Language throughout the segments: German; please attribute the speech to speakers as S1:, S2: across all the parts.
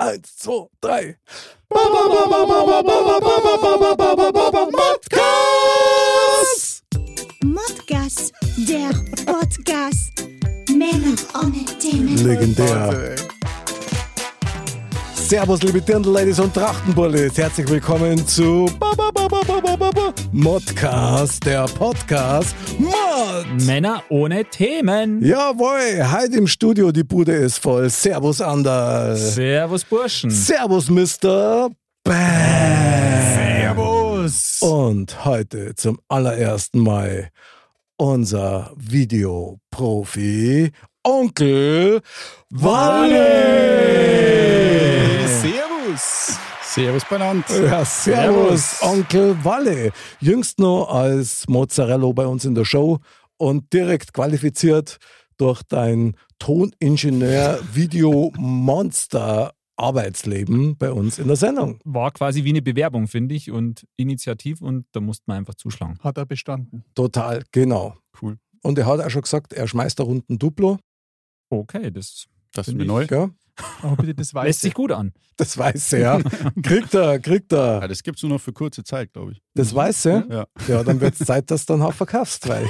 S1: Eins, zwei, drei. Modcast!
S2: Modcast, der Podcast. Männer ohne Themen.
S1: Legendär. Servus, liebe Dirndl-Ladies und Trachtenbullis. Herzlich willkommen zu Modcast, der Podcast Mod.
S3: Männer ohne Themen.
S1: Jawohl, heute im Studio, die Bude ist voll. Servus, Anderl.
S3: Servus Burschen.
S1: Servus, Mr. Bam.
S4: Servus!
S1: Und heute zum allerersten Mal unser Videoprofi Onkel Walle.
S4: Servus! Servus benannt.
S1: Ja, servus,
S4: Servus.
S1: Onkel Walle. Jüngst noch als Mozzarella bei uns in der Show und direkt qualifiziert durch dein Toningenieur-Video-Monster-Arbeitsleben bei uns in der Sendung.
S3: War quasi wie eine Bewerbung, finde ich, und initiativ und da musste man einfach zuschlagen.
S4: Hat er bestanden.
S1: Total, genau.
S4: Cool.
S1: Und er hat auch schon gesagt, er schmeißt da runden Duplo.
S3: Okay, das
S4: Das
S3: Bin
S4: ist mir
S3: ich.
S4: neu.
S1: Gell?
S5: Aber bitte das Weiße.
S3: lässt sich gut an.
S1: Das weiß er, ja. Kriegt er, kriegt
S4: Ja,
S1: er.
S4: das gibt es nur noch für kurze Zeit, glaube ich.
S1: Das weiß er.
S4: Ja.
S1: Ja, dann wird es Zeit, dass du dann auch verkaufst, weil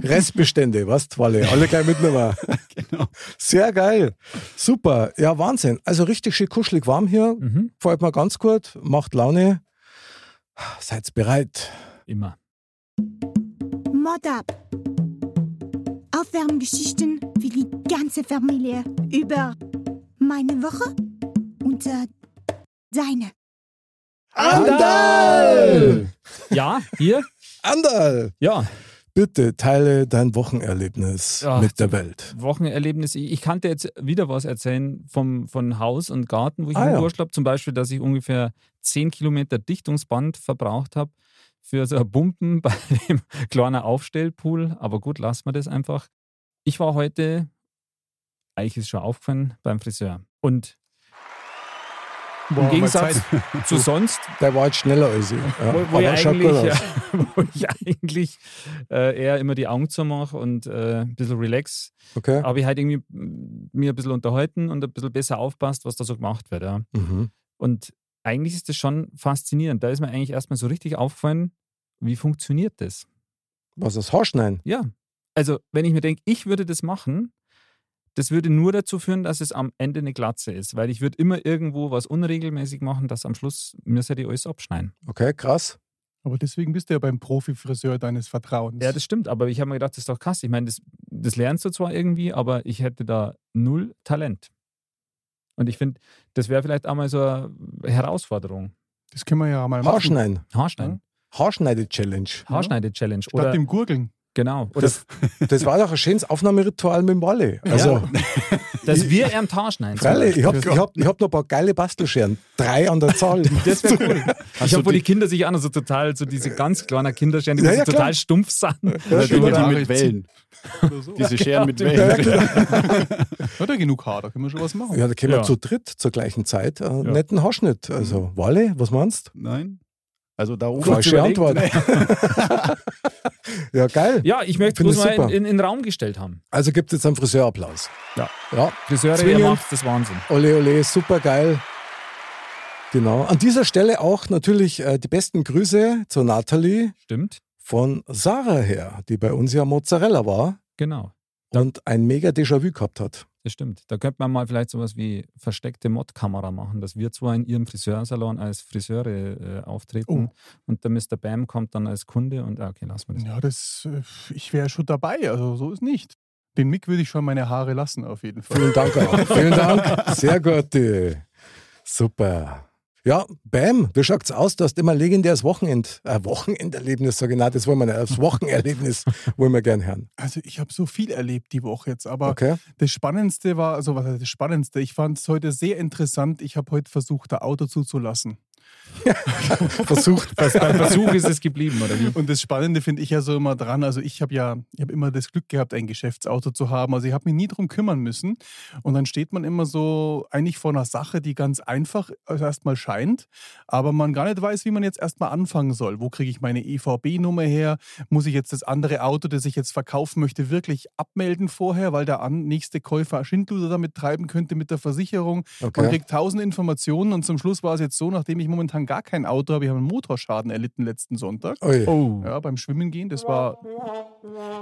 S1: Restbestände, weißt du, alle, alle gleich mitnehmen.
S4: Genau.
S1: Sehr geil. Super. Ja, Wahnsinn. Also richtig schön kuschelig warm hier.
S3: Mhm.
S1: Gefällt mir ganz gut. Macht Laune. Seid bereit.
S3: Immer.
S2: Mod ab. Aufwärmgeschichten für die ganze Familie über meine Woche und äh, deine.
S1: Andal!
S3: Ja, hier?
S1: Andal!
S3: Ja,
S1: Bitte teile dein Wochenerlebnis
S3: Ach,
S1: mit der Welt.
S3: Wochenerlebnis. Ich, ich kannte jetzt wieder was erzählen vom, von Haus und Garten, wo ich
S1: Ah,
S3: ah,
S1: ja.
S3: im Urlaub zum Beispiel, dass ich ungefähr 10 Kilometer Dichtungsband verbraucht habe für so ein Pumpen bei dem kleinen Aufstellpool. Aber gut, lassen wir das einfach. Ich war heute, eigentlich ist schon aufgefallen, beim Friseur. Und
S5: Boah,
S3: im Gegensatz zu sonst
S1: Der war jetzt schneller als ich. Ja,
S3: wo, wo, ich
S1: aber schaut gut
S3: eigentlich,
S1: aus.
S3: wo ich eigentlich äh, eher immer die Augen zumache und äh, ein bisschen relax.
S1: Okay.
S3: Aber ich halt irgendwie mm, mir ein bisschen unterhalten und ein bisschen besser aufpasst, was da so gemacht wird. Ja.
S1: Mhm.
S3: Und eigentlich ist das schon faszinierend. Da ist mir eigentlich erstmal so richtig aufgefallen, wie funktioniert das?
S1: Was ist Haarschneiden?
S3: Ja. Also, wenn ich mir denke, ich würde das machen, das würde nur dazu führen, dass es am Ende eine Glatze ist, weil ich würde immer irgendwo was unregelmäßig machen, dass am Schluss mir ja die alles abschneiden.
S1: Okay, krass.
S5: Aber deswegen bist du ja beim Profi-Friseur deines Vertrauens.
S3: Ja, das stimmt, aber ich habe mir gedacht, das ist doch krass. Ich meine, das, das lernst du zwar irgendwie, aber ich hätte da null Talent. Und ich finde, das wäre vielleicht einmal so eine Herausforderung.
S5: Das können wir ja mal machen.
S1: Haarschneiden.
S3: Haarschneiden.
S1: Haarschneide-Challenge.
S3: Haarschneide-Challenge.
S5: Statt
S3: Oder,
S5: dem Gurgeln.
S3: genau. Oder das,
S1: Das war doch ein schönes Aufnahmeritual mit dem Walle. Also,
S3: dass wir ihm die Haarschneiden.
S1: Freilich, ich habe
S5: Ja.
S1: ich hab, ich hab noch ein paar geile Bastelscheren. Drei an der Zahl.
S3: Das wäre cool. Ich habe, wo die
S4: du Also die-
S3: Kinder sich auch noch so total, so diese ganz kleinen Kinderscheren, die
S1: also Äh, Ja,
S3: so
S1: ja,
S3: total
S1: klar.
S3: stumpf sind.
S4: Oder die,
S5: Oder
S4: die
S5: Haare
S4: mit Wellen.
S5: Oder so. genau.
S4: Diese Scheren mit
S1: Ja,
S4: Wellen.
S1: klar.
S5: Hat er genug Haar, da können wir schon was machen.
S1: ja, da kämen wir
S3: Ja. Mhm.
S1: zu dritt zur gleichen Zeit. Einen netten Haarschnitt. Also, Walle, was meinst
S4: Nein? Also da oben.
S1: Falsche Antwort. du? Ja, geil.
S3: Ja, ich möchte
S1: Finde
S3: es bloß
S1: ich
S3: mal in,
S1: super.
S3: in, in den Raum gestellt haben.
S1: Also gibt es jetzt einen Friseurapplaus.
S3: Ja.
S1: Ja,
S3: Friseure, ihr
S1: Zwingend.
S3: macht das Wahnsinn.
S1: Ole, ole, super geil. Genau. An dieser Stelle auch natürlich äh, die besten Grüße zur Nathalie
S3: Stimmt?
S1: von Sarah her, die bei uns ja Mozzarella war
S3: Genau.
S1: und ein mega Déjà-vu gehabt hat.
S3: Das stimmt. Da könnte man mal vielleicht sowas wie versteckte Modkamera machen, dass wir zwar in ihrem Friseursalon als Friseure äh, auftreten und der Mr. Bam kommt dann als Kunde und ah, okay, lassen wir das.
S5: Ja, das, äh, ich wäre schon dabei, also so ist nicht. Den Mick würde ich schon meine Haare lassen, auf jeden Fall.
S1: Vielen Dank auch. Vielen Dank. Sehr gut. Super. Ja, bam, wie schaut's aus? Du hast immer legendäres Wochenend, äh, Wochenenderlebnis, sage ich, nein, das wollen wir nicht, das Wochenerlebnis wollen wir gern hören.
S5: Also ich habe so viel erlebt die Woche jetzt, aber
S1: Okay?
S5: das Spannendste war, also was heißt das Spannendste? Ich fand es heute sehr interessant. Ich habe heute versucht, ein Auto zuzulassen.
S1: Versucht.
S3: Beim Versuch ist es geblieben, oder wie?
S5: Und das Spannende finde ich ja so immer dran. Also ich habe ja, ich habe immer das Glück gehabt, ein Geschäftsauto zu haben. Also ich habe mich nie drum kümmern müssen. Und dann steht man immer so eigentlich vor einer Sache, die ganz einfach also erstmal scheint, aber man gar nicht weiß, wie man jetzt erstmal anfangen soll. Wo kriege ich meine EVB-Nummer her? Muss ich jetzt das andere Auto, das ich jetzt verkaufen möchte, wirklich abmelden vorher, weil der an- nächste Käufer Schindluder damit treiben könnte mit der Versicherung? Man
S1: Okay.
S5: kriegt tausend Informationen und zum Schluss war es jetzt so, nachdem ich momentan gar kein Auto habe, ich habe einen Motorschaden erlitten letzten Sonntag.
S1: Ui,
S3: Oh.
S5: Ja, beim Schwimmen gehen, das war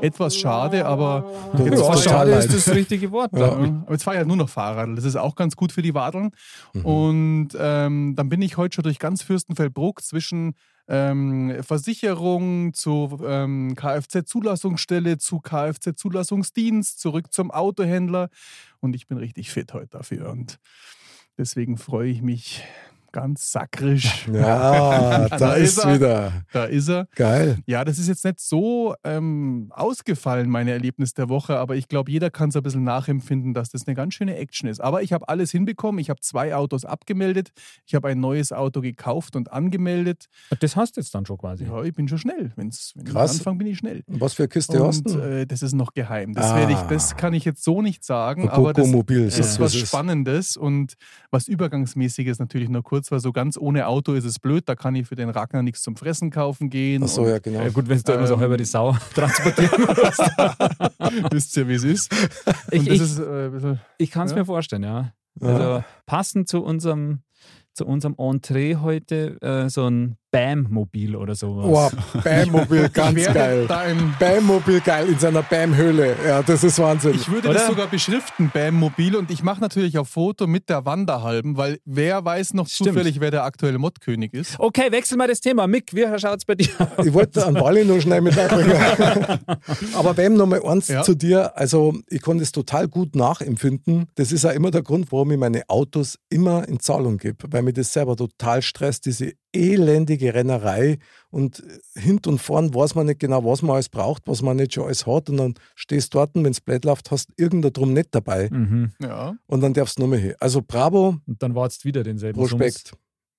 S5: etwas schade, aber
S1: Das
S5: jetzt,
S1: ist
S5: fahr
S1: total
S5: ich, ja,
S3: schade
S1: leid.
S3: ist das richtige Wort. glaub ich.
S5: aber jetzt fahre ich halt nur noch Fahrrad. Das ist auch ganz gut für die Wadeln.
S1: Mhm.
S5: Und ähm, dann bin ich heute schon durch ganz Fürstenfeldbruck zwischen ähm, Versicherung zu ähm, Kfz-Zulassungsstelle, zu Kfz-Zulassungsdienst, zurück zum Autohändler. Und ich bin richtig fit heute dafür. Und deswegen freue ich mich ganz sakrisch.
S1: Ja, da
S5: Da
S1: ist
S5: ist er.
S1: wieder.
S5: Da ist er.
S1: Geil.
S5: Ja, das ist jetzt nicht so ähm, ausgefallen, meine Erlebnis der Woche, aber ich glaube, jeder kann es ein bisschen nachempfinden, dass das eine ganz schöne Action ist. Aber ich habe alles hinbekommen. Ich habe zwei Autos abgemeldet. Ich habe ein neues Auto gekauft und angemeldet.
S3: Das hast du jetzt dann schon quasi.
S5: Ja, ich bin schon schnell. Wenn's, wenn
S1: Krass.
S5: ich anfange, bin ich schnell.
S1: Was für eine Kiste hast
S5: Und
S1: du?
S5: äh, das ist noch geheim. Das,
S1: Ah.
S5: werde ich, das kann ich jetzt so nicht sagen, aber das
S1: Coco-Mobil,
S5: ist
S1: so
S5: was
S1: ist es.
S5: Spannendes und was Übergangsmäßiges natürlich nur kurz, weil so ganz ohne Auto ist es blöd. Da kann ich für den Ragnar nichts zum Fressen kaufen gehen.
S1: Ach so,
S5: und äh,
S1: ja, genau.
S3: Ja, gut, wenn du immer so
S5: Ähm.
S3: halber die Sau transportieren musst.
S5: Wisst ihr, wie es ist?
S3: Ich,
S5: und das
S3: ich,
S5: ist äh, ein bisschen-
S3: ich kann es
S5: ja.
S3: mir vorstellen, ja.
S1: Ja.
S3: Also passend zu unserem, zu unserem Entree heute äh, so ein Bam-Mobil oder sowas.
S1: Wow, Bam-Mobil, ganz
S5: ich werde
S1: geil.
S5: Da im,
S1: Bam-Mobil, geil, in seiner Bam-Höhle. Ja, das ist Wahnsinn.
S5: ich würde
S3: Oder?
S5: das sogar beschriften, Bam Mobil, und ich mache natürlich auch Foto mit der Wanderhalben, weil wer weiß noch
S3: Stimmt.
S5: zufällig, wer der aktuelle Modkönig ist.
S3: Okay, wechsel mal das Thema. Mick, wie schaut es bei dir aus?
S1: Ich wollte an Wally noch schnell mit einbringen. Aber beim nochmal eins
S5: Ja.
S1: zu dir. Also, ich konnte es total gut nachempfinden. Das ist ja immer der Grund, warum ich meine Autos immer in Zahlung gebe, weil mir das selber total stresst, diese elendige Rennerei. Und hint und vorn weiß man nicht genau, was man alles braucht, was man nicht schon alles hat. Und dann stehst du dort, wenn es blöd läuft, hast irgendein Drum nicht dabei.
S3: Mhm.
S5: Ja.
S1: Und dann darfst du nur mehr hin. Also, bravo,
S3: Und dann wartest wieder denselben
S1: Prospekt.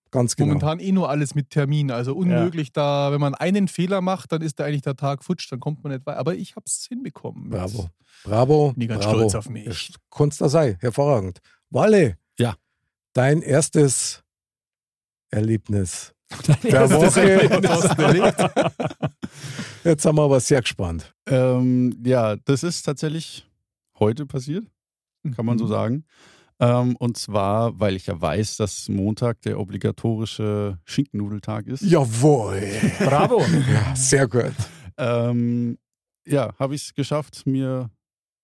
S1: Ganz genau.
S5: Momentan eh nur alles mit Termin, also unmöglich da, wenn man einen Fehler macht, dann ist da eigentlich der Tag futsch, dann kommt man nicht weiter. Aber ich habe es hinbekommen.
S1: Bravo. Bravo.
S5: Bin ich ganz
S1: bravo.
S5: stolz auf mich.
S1: Kunst da sei, hervorragend. Walle.
S4: Ja.
S1: Dein erstes Erlebnis.
S3: Der
S1: Woche.
S3: Woche.
S1: Jetzt sind wir aber sehr gespannt.
S4: Ähm, ja, das ist tatsächlich heute passiert, kann man so
S5: Mhm.
S4: sagen. Ähm, und zwar, weil ich ja weiß, dass Montag der obligatorische Schinkennudeltag ist.
S1: Jawohl.
S3: Bravo.
S1: Ja, sehr gut.
S4: Ähm, ja, habe ich es geschafft, mir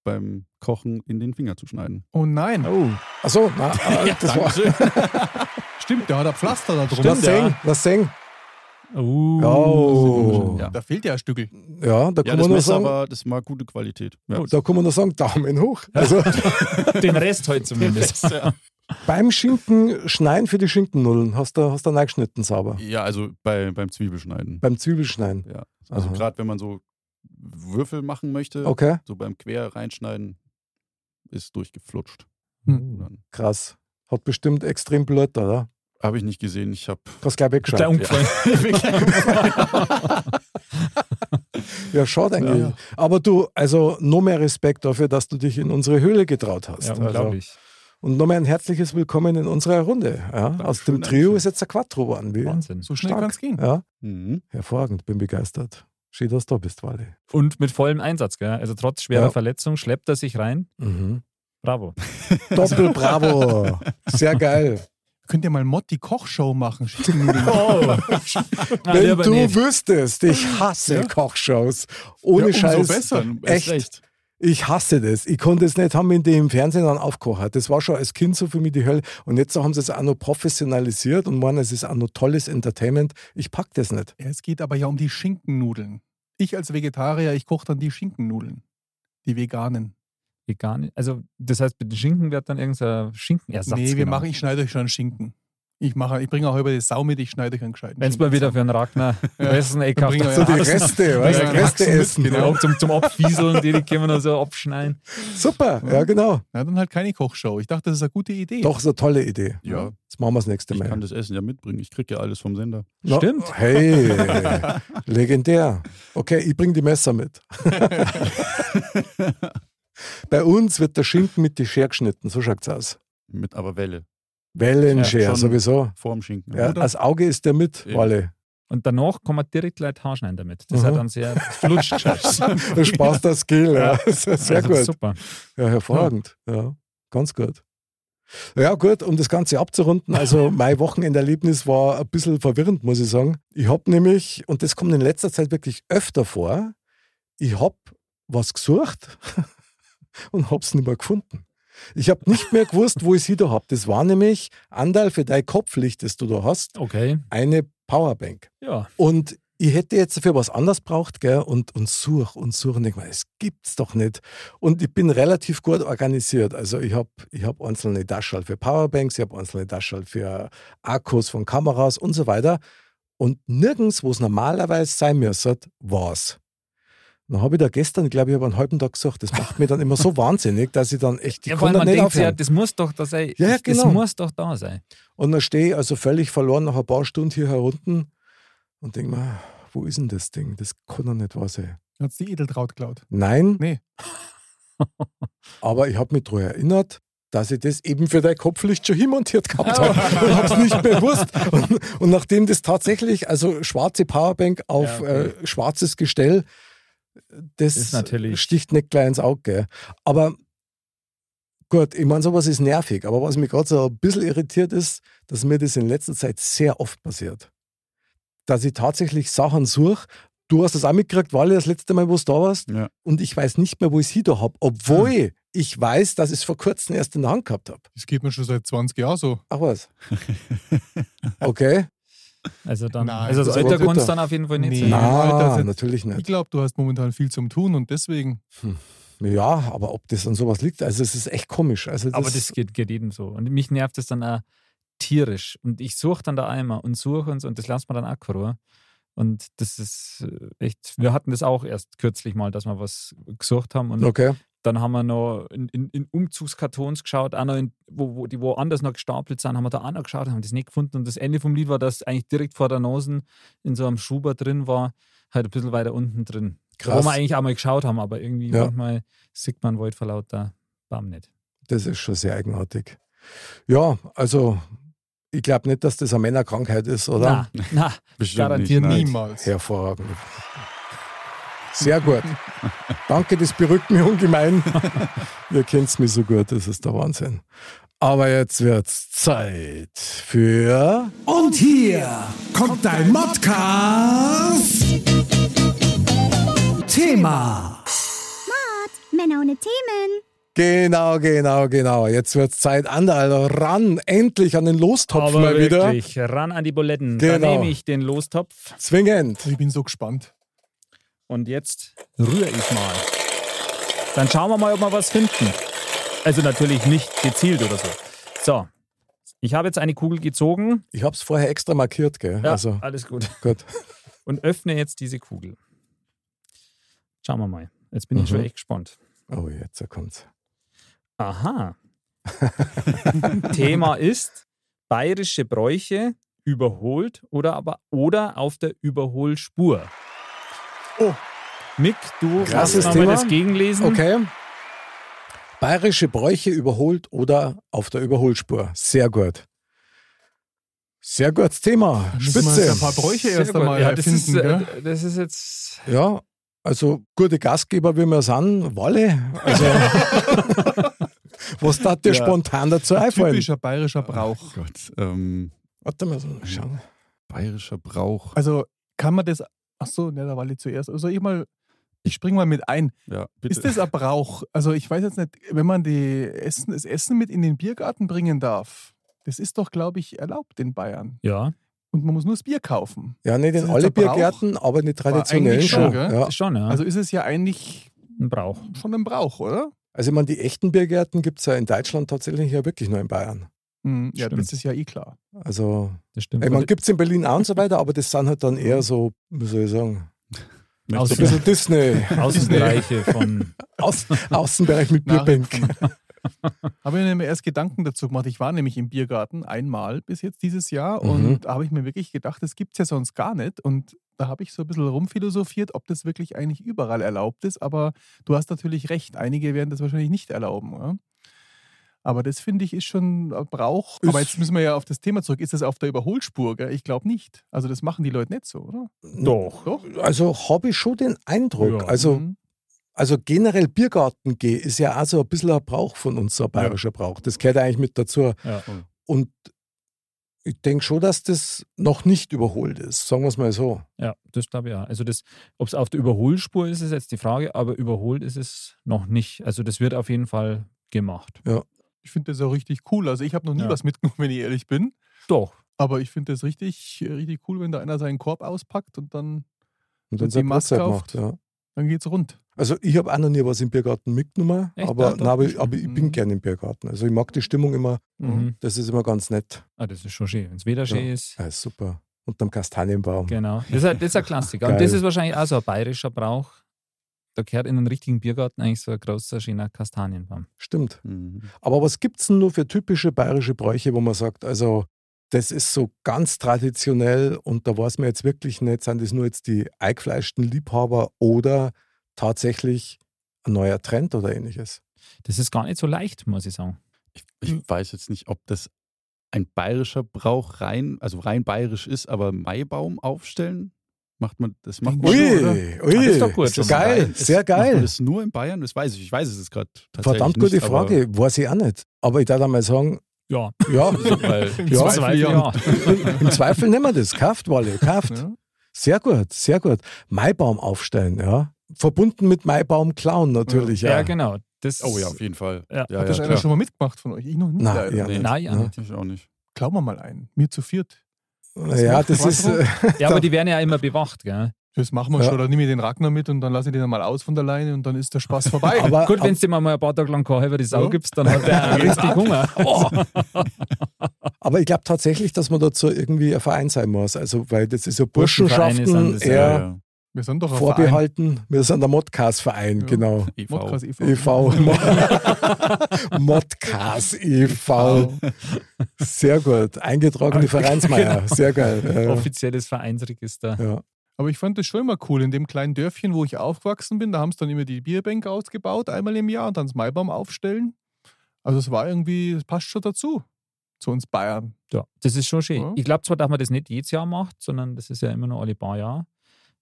S4: beim Kochen in den Finger zu schneiden.
S5: Oh nein,
S3: Oh.
S1: Achso, na, äh, das war.
S5: stimmt, der hat ein Pflaster da drum.
S1: Lass sehen, lass sehen.
S3: Oh.
S1: Oh.
S4: Ja.
S5: Da fehlt ja ein Stückel.
S1: Ja, da
S4: Ja,
S1: kann
S4: das
S1: man nur
S4: Messer
S1: sagen, Oh,
S4: war, das war gute Qualität. Ja.
S1: da kann man nur sagen, Daumen hoch. Also
S3: Den Rest heute zumindest.
S1: beim Schinken schneiden für die Schinkennullen hast du, hast du eingeschnitten sauber.
S4: Ja, also bei, beim Zwiebelschneiden.
S1: Beim Zwiebelschneiden.
S4: Ja. Also
S1: Aha.
S4: gerade wenn man so Würfel machen möchte,
S1: Okay,
S4: so beim Quer reinschneiden, ist durchgeflutscht.
S5: Hm.
S4: Dann
S1: krass. Hat bestimmt extrem Blut, oder?
S4: habe ich nicht gesehen. Ich habe
S1: Hast gleich
S3: Gleich
S1: weggeschaut.
S3: umgefallen.
S1: Ja, schade eigentlich.
S4: Ja.
S1: Aber du, also noch mehr Respekt dafür, dass du dich in unsere Höhle getraut hast.
S3: Ja,
S1: also,
S3: unglaublich.
S1: und nochmal ein herzliches Willkommen in unserer Runde. Ja, aus dem Trio
S4: Dankeschön, Dankeschön.
S1: ist jetzt ein Quattro geworden. Wie?
S3: Wahnsinn.
S5: So schnell
S1: Stark.
S5: kann es gehen.
S1: Ja,
S4: mhm.
S1: hervorragend, bin begeistert. Schön, dass du da bist, Wally.
S3: Und mit vollem Einsatz, gell? Also trotz schwerer
S1: Ja.
S3: Verletzung schleppt er sich rein.
S1: Mhm.
S3: Bravo.
S1: Doppel Bravo. Sehr geil.
S5: Könnt ihr mal Motti Kochshow machen? Schinkennudeln.
S3: Oh. Nein,
S1: Wenn
S3: lieber
S1: du
S3: nicht.
S1: wüsstest, ich hasse Kochshows. Ohne
S4: ja,
S1: Scheiß.
S4: Umso besser. Erst
S1: Echt.
S4: recht.
S1: Ich hasse das. Ich konnte es nicht haben, wenn die im Fernsehen dann aufkocht. Das war schon als Kind so für mich die Hölle. Und jetzt haben sie es auch noch professionalisiert und meinen, es ist auch noch tolles Entertainment. Ich pack das nicht.
S5: Ja, Es geht aber ja um die Schinkennudeln. Ich als Vegetarier, ich koche dann die Schinkennudeln. Die veganen.
S3: Vegan. Also, das heißt, mit dem Schinken wird dann irgendein Schinkenersatz.
S5: nee, wir
S3: genommen.
S5: machen, ich schneide euch schon einen Schinken. Ich mache, ich bringe auch über die Sau mit, ich schneide euch einen gescheiten
S3: Wenn es mal wieder für einen Ragnar Essen eckhaft
S5: bringen wir
S1: So die
S5: Haxen.
S1: Reste, weißt,
S5: Ja,
S1: du, Reste
S5: Haxen mit,
S1: essen.
S5: genau.
S3: Genau, zum, zum Abfieseln, die, die können wir noch so abschneiden.
S1: Super, ja genau.
S5: Na, dann halt keine Kochshow. Ich dachte, das ist eine gute Idee.
S1: Doch, so eine tolle Idee.
S4: Ja,
S1: Das machen wir das nächste
S4: ich
S1: Mal.
S4: kann das Essen ja mitbringen. Ich kriege ja alles vom Sender.
S1: Na,
S3: Stimmt.
S1: Hey, legendär. Okay, ich bringe die Messer mit. Bei uns wird der Schinken mit die Schere geschnitten, so schaut's aus.
S4: Mit aber Welle.
S1: Wellenschere,
S4: Ja, schon.
S1: sowieso.
S4: Vorm Schinken.
S1: Ja,
S4: Oder?
S1: als Auge ist der mit,
S4: Eben.
S1: Walle.
S3: Und danach kann man direkt Leute haarschneiden damit. Das
S1: Mhm.
S3: hat dann sehr flutscht geschafft.
S1: Das Spaß, der Skill. Ja. Sehr
S3: Also
S1: gut.
S3: Super.
S1: Ja, hervorragend. Ja, ganz gut. Ja, gut, um das Ganze abzurunden, also mein Wochenenderlebnis war ein bisschen verwirrend, muss ich sagen. Ich habe nämlich, und das kommt in letzter Zeit wirklich öfter vor, ich habe was gesucht und habe es nicht mehr gefunden. Ich habe nicht mehr gewusst, wo ich sie da habe. Das war nämlich Anteil für dein Kopflicht, das du da hast,
S3: Okay,
S1: eine Powerbank.
S3: ja.
S1: Und ich hätte jetzt für was anderes braucht, gell, und, und such und such und denk mal, es gibt's doch nicht. Und ich bin relativ gut organisiert. Also ich habe ich hab einzelne Taschen für Powerbanks, ich habe einzelne Taschen für Akkus von Kameras und so weiter. Und nirgends, wo es normalerweise sein müsste, war's. Dann habe ich da gestern, glaube ich, über einen halben Tag gesucht. Das macht mir dann immer so wahnsinnig, dass ich dann echt, ich
S3: ja vor
S1: kann dann
S3: allem man
S1: nicht
S3: denkt sich ja,
S1: aufhören.
S3: das muss doch da sein.
S1: Ja, ja,
S3: Ich- Das
S1: genau.
S3: muss doch da sein.
S1: Und dann stehe ich also völlig verloren nach ein paar Stunden hier herunten und denke mir, wo ist denn das Ding? Das kann doch nicht wahr sein.
S5: Hat die Edeltraut geklaut.
S1: Nein.
S5: Nee.
S1: Aber ich habe mich daran erinnert, dass ich das eben für dein Kopflicht schon hinmontiert gehabt habe und habe es nicht bewusst. Und, und nachdem das tatsächlich, also schwarze Powerbank auf
S3: Ja, okay.
S1: äh, schwarzes Gestell, das
S3: Ist natürlich-
S1: sticht nicht gleich ins Auge. Gell? Aber gut, ich meine, sowas ist nervig. Aber was mich gerade so ein bisschen irritiert ist, dass mir das in letzter Zeit sehr oft passiert. Dass ich tatsächlich Sachen suche. Du hast das auch mitgekriegt, Wally, das letzte Mal, wo du da warst.
S4: Ja.
S1: Und ich weiß nicht mehr, wo ich sie da habe, obwohl
S3: Hm.
S1: ich weiß, dass ich es vor kurzem erst in der Hand gehabt habe.
S5: Das geht mir schon seit 20 Jahren so.
S1: Ach was. Okay.
S3: Also dann,
S5: Nein,
S3: also das
S1: das war
S3: Alter kannst
S1: bitter.
S3: du dann auf jeden Fall nicht
S5: Nee.
S3: sein.
S5: Na. Alter, das
S1: Nein,
S5: ist-
S1: natürlich
S5: Ich
S1: nicht.
S5: glaube, du hast momentan viel zum Tun und deswegen.
S1: Ja, aber ob das an sowas liegt, also es ist echt komisch. Also das,
S3: Aber das geht, geht jedem so. Und mich nervt das dann auch tierisch. Und ich suche dann da einmal und suche und so und das lasst man dann auch keine Ruhe. Und das ist äh, echt, wir hatten das auch erst kürzlich mal, dass wir was gesucht haben und
S1: Okay.
S3: Dann haben wir noch in, in, in Umzugskartons geschaut, auch noch in, wo, wo die woanders noch gestapelt sind, haben wir da auch noch geschaut, haben das nicht gefunden. Und das Ende vom Lied war, dass eigentlich direkt vor der Nase in so einem Schuber drin war, halt ein bisschen weiter unten drin.
S1: Krass.
S3: Wo wir eigentlich auch mal geschaut haben, aber irgendwie
S1: Ja.
S3: manchmal sieht man Wald vor lauter Baum nicht.
S1: Das ist schon sehr eigenartig. Ja, also ich glaube nicht, dass das eine Männerkrankheit ist, oder?
S3: Na, na,
S4: Bestimmt
S3: garantiert
S4: nicht, nein.
S3: nicht.
S5: Niemals.
S1: Hervorragend. Sehr gut. Danke, das berückt mich ungemein. Ihr kennt mich so gut, das ist der Wahnsinn. Aber jetzt wird's Zeit für.
S6: Und hier kommt dein Modcast. Thema.
S2: Männer ohne Themen.
S1: Genau, genau, genau. Jetzt wird's Zeit, Anderl, ran, endlich an den Lostopf
S3: Aber
S1: mal wieder.
S3: wirklich, ran an die Buletten. Da
S1: Genau.
S3: nehme ich den Lostopf
S1: Zwingend.
S5: Ich bin so gespannt.
S3: und jetzt rühre ich mal. Dann schauen wir mal, ob wir was finden. Also natürlich nicht gezielt oder so. So, ich habe jetzt eine Kugel gezogen.
S1: Ich hab's vorher extra markiert, gell?
S3: Ja,
S1: Also
S3: alles gut.
S1: gut.
S3: Und öffne jetzt diese Kugel. Schauen wir mal. Jetzt bin
S1: Mhm.
S3: ich schon echt gespannt.
S1: Oh, jetzt kommt's.
S3: Aha. Thema ist bayerische Bräuche überholt oder aber oder auf der Überholspur.
S5: Oh.
S3: Mick, du
S1: Krasses
S3: kannst mal
S1: Thema.
S3: das gegenlesen.
S1: Okay. Bayerische Bräuche überholt oder auf der Überholspur. Sehr gut. Sehr gutes Thema.
S5: Müssen wir jetzt
S1: Spitze.
S5: ein paar Bräuche
S3: Sehr
S5: erst
S3: gut.
S5: einmal
S3: ja, das,
S5: erfinden,
S3: ist,
S5: gell?
S3: äh, das ist jetzt.
S1: Ja, also gute Gastgeber, wie wir sind. Walle. Also, was tat dir
S4: Ja.
S1: spontan dazu einfallen?
S5: Typischer bayerischer Brauch.
S4: Gott. Ähm,
S1: Warte mal, so, schauen.
S4: bayerischer Brauch.
S5: Also kann man das. Achso, ne, da war ich zuerst. Also ich mal. Ich springe mal mit ein.
S4: Ja,
S5: Ist das ein Brauch? Also ich weiß jetzt nicht, wenn man die Essen, das Essen mit in den Biergarten bringen darf, das ist doch, glaube ich, erlaubt in Bayern.
S3: Ja,
S5: Und man muss nur das Bier kaufen.
S1: Ja, nicht in
S5: Ist
S1: alle
S5: jetzt ein Brauch?
S1: Biergärten, aber in die traditionellen
S5: eigentlich
S1: schon.
S5: schon,
S1: Ja.
S5: gell?
S1: Also,
S3: ist schon, ja.
S5: Also ist es ja eigentlich
S3: ein Brauch.
S5: schon ein Brauch, oder?
S1: Also ich meine, die echten Biergärten gibt es ja in Deutschland tatsächlich ja wirklich nur in Bayern.
S5: Mhm. Ja,
S3: Stimmt.
S5: das ist ja eh klar.
S1: Also,
S3: Das stimmt.
S1: ey, man gibt es in Berlin auch und so weiter, aber das sind halt dann eher so, wie soll ich sagen,
S3: Aus-
S1: so ein bisschen Disney.
S3: Außenbereiche von.
S1: Aus, Außenbereich mit
S5: Nachrichten.
S1: Bierbänken.
S5: Habe ich mir erst Gedanken dazu gemacht. Ich war nämlich im Biergarten einmal bis jetzt dieses Jahr
S1: Mhm.
S5: und da habe ich mir wirklich gedacht, das gibt es ja sonst gar nicht. Und da habe ich so ein bisschen rumphilosophiert, ob das wirklich eigentlich überall erlaubt ist. Aber du hast natürlich recht, einige werden das wahrscheinlich nicht erlauben. Oder? Aber das finde ich ist schon ein Brauch. Aber
S1: Ist-
S5: jetzt müssen wir ja auf das Thema zurück. Ist das auf der Überholspur? Gell? Ich glaube nicht. Also das machen die Leute nicht so, oder?
S1: Doch.
S5: Doch?
S1: Also habe ich schon den Eindruck.
S3: Ja.
S1: Also,
S5: Mhm.
S1: also generell Biergarten gehen ist ja auch so ein bisschen ein Brauch von uns, so ein bayerischer Brauch. Das gehört eigentlich mit dazu.
S4: Ja.
S1: Und ich denke schon, dass das noch nicht überholt ist, sagen wir es mal so.
S3: Ja, das glaube ich auch. Also, ob es auf der Überholspur ist, ist jetzt die Frage, aber überholt ist es noch nicht. Also, das wird auf jeden Fall gemacht.
S5: Ich finde das ja richtig cool. Also ich habe noch nie
S3: Ja.
S5: was mitgenommen, wenn ich ehrlich bin.
S3: Doch.
S5: Aber ich finde das richtig, äh, richtig cool, wenn da einer seinen Korb auspackt und dann,
S1: Und
S5: Und die
S1: seine
S5: Maske
S1: Brotzeit
S5: auf-
S1: Ja.
S5: dann geht's rund.
S1: Also ich habe auch noch nie was im Biergarten mitgenommen,
S3: Echt?
S1: aber,
S3: Ja, doch,
S1: nein, aber,
S3: das
S1: ich,
S3: stimmt.
S1: aber ich
S5: Mhm.
S1: bin gerne im Biergarten. Also ich mag die Stimmung immer,
S3: Mhm.
S1: das ist immer ganz nett.
S3: Ah, das ist schon schön. Wenn es weder schön ist.
S1: Ja, ist super. Unterm Kastanienbaum.
S3: Genau. Das ist, ein- das ist ein Klassiker. Und
S1: Geil.
S3: das ist wahrscheinlich auch so ein bayerischer Brauch. Da gehört in einen richtigen Biergarten eigentlich so ein großer, schöner Kastanienbaum.
S1: Stimmt.
S4: Mhm.
S1: Aber was gibt es denn nur für typische bayerische Bräuche, wo man sagt, also das ist so ganz traditionell und da weiß man jetzt wirklich nicht, sind das nur jetzt die eingefleischten Liebhaber oder tatsächlich ein neuer Trend oder ähnliches?
S3: Das ist gar nicht so leicht, muss ich sagen.
S4: Ich, ich weiß jetzt nicht, ob das ein bayerischer Brauch rein, also rein bayerisch ist, aber Maibaum aufstellen, macht man, das macht man
S5: Ui,
S4: schon, oder?
S1: ui,
S3: das ist doch gut.
S1: Ist geil,
S4: Ist-
S1: sehr
S4: Macht man
S1: geil.
S4: das nur in Bayern? Das weiß ich. Ich weiß es jetzt gerade tatsächlich
S1: Verdammt
S4: nicht,
S1: gute
S4: aber-
S1: Frage, weiß ich auch nicht. Aber ich darf einmal sagen,
S3: Ja,
S1: ja,
S4: Weil
S1: Ja,
S3: Zweifel ja.
S1: im Zweifel nehmen wir das. Kauft, Walle, kauft.
S5: Ja.
S1: Sehr gut, sehr gut. Maibaum aufstellen, ja. Verbunden mit Maibaum klauen natürlich.
S3: Ja,
S1: Ja,
S3: genau. Das,
S4: Oh ja, auf jeden Fall.
S1: Ah
S3: Ja.
S4: ja,
S5: Hat das
S4: ja,
S5: einer
S4: klar.
S5: schon mal mitgemacht von euch? Ich noch nicht.
S1: Nein,
S5: leider. Also,
S1: ja.
S4: Nee,
S3: Nein, ja. nicht.
S4: ich auch nicht.
S5: Klauen wir mal einen. Mir zu viert.
S1: ja das ist. Äh,
S3: ja, aber die werden ja immer bewacht, gell?
S5: Das machen wir
S1: Ja.
S5: schon. Dann nehme ich den Ragnar mit und dann lasse ich den mal aus von der Leine und dann ist der Spaß vorbei.
S1: äh, aber,
S3: Gut, wenn du dir mal ein paar Tage lang keine halbe Sau
S5: Ja.
S3: gibst, dann hat der richtig Hunger.
S1: Aber ich glaube tatsächlich, dass man dazu irgendwie ein Verein sein muss. Also, weil das ist ja
S3: Burschenvereine
S1: Burschenschaften
S3: sind das,
S1: eher
S4: Ja, ja.
S5: wir sind doch ein
S1: vorbehalten. Wir sind der Modcast-Verein,
S5: Ja. E
S1: genau.
S4: EV.
S5: Verein. Modcast e.V.
S1: EV. Modcast
S5: E
S1: e.V. Sehr gut. Eingetragene Vereinsmeier. Sehr geil.
S3: Offizielles Vereinsregister.
S1: Ja. Ja.
S5: Aber ich fand das schon immer cool. In dem kleinen Dörfchen, wo ich aufgewachsen bin, da haben sie dann immer die Bierbänke ausgebaut, einmal im Jahr und dann das Maibaum aufstellen. Also es war irgendwie, es passt schon dazu. Zu uns Bayern.
S3: Ja, das ist schon schön.
S5: Ja.
S3: Ich glaube zwar, dass man das nicht jedes Jahr macht, sondern das ist ja immer nur alle paar Jahre.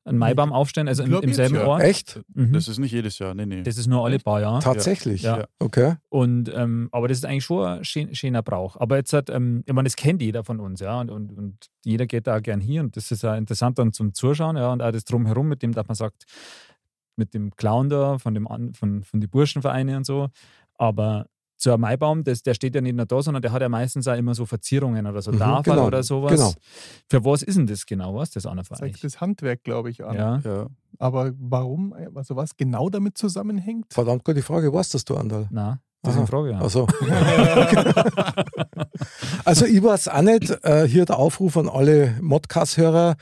S3: Ein Maibaum aufstellen, also
S5: Ich
S3: im,
S5: glaub,
S3: im
S5: jedes
S3: selben
S5: Jahr.
S3: Ort.
S1: Echt?
S3: Mhm.
S4: Das ist nicht jedes Jahr, nee, nee.
S3: Das ist nur alle paar Jahre.
S1: Tatsächlich.
S3: Ja.
S1: Okay.
S3: Und, ähm, aber das ist eigentlich schon ein schön, schöner Brauch. Aber jetzt hat, ähm, ich meine, das kennt jeder von uns, ja. Und, und, und jeder geht da auch gern hier. Und das ist ja interessant dann zum Zuschauen, ja. Und auch das Drumherum, mit dem, dass man sagt, mit dem Clown da, von dem an, von, von den Burschenvereine und so. Aber so ein Maibaum, das, der steht ja nicht nur da, sondern der hat ja meistens auch immer so Verzierungen oder so
S1: Mhm,
S3: Tafel
S1: genau,
S3: oder sowas.
S1: genau.
S3: Für was ist denn das genau, was das anfällt?
S5: Zeigt das Handwerk, glaube ich, an.
S3: Ja.
S4: ja.
S5: Aber warum, also was genau damit zusammenhängt?
S1: Verdammt gute Frage. Was das du, Andal?
S3: Na, das ist
S1: Aha.
S3: eine Frage. Ja.
S1: Also, also ich weiß auch nicht, äh, hier der Aufruf an alle Modcast-Hörer,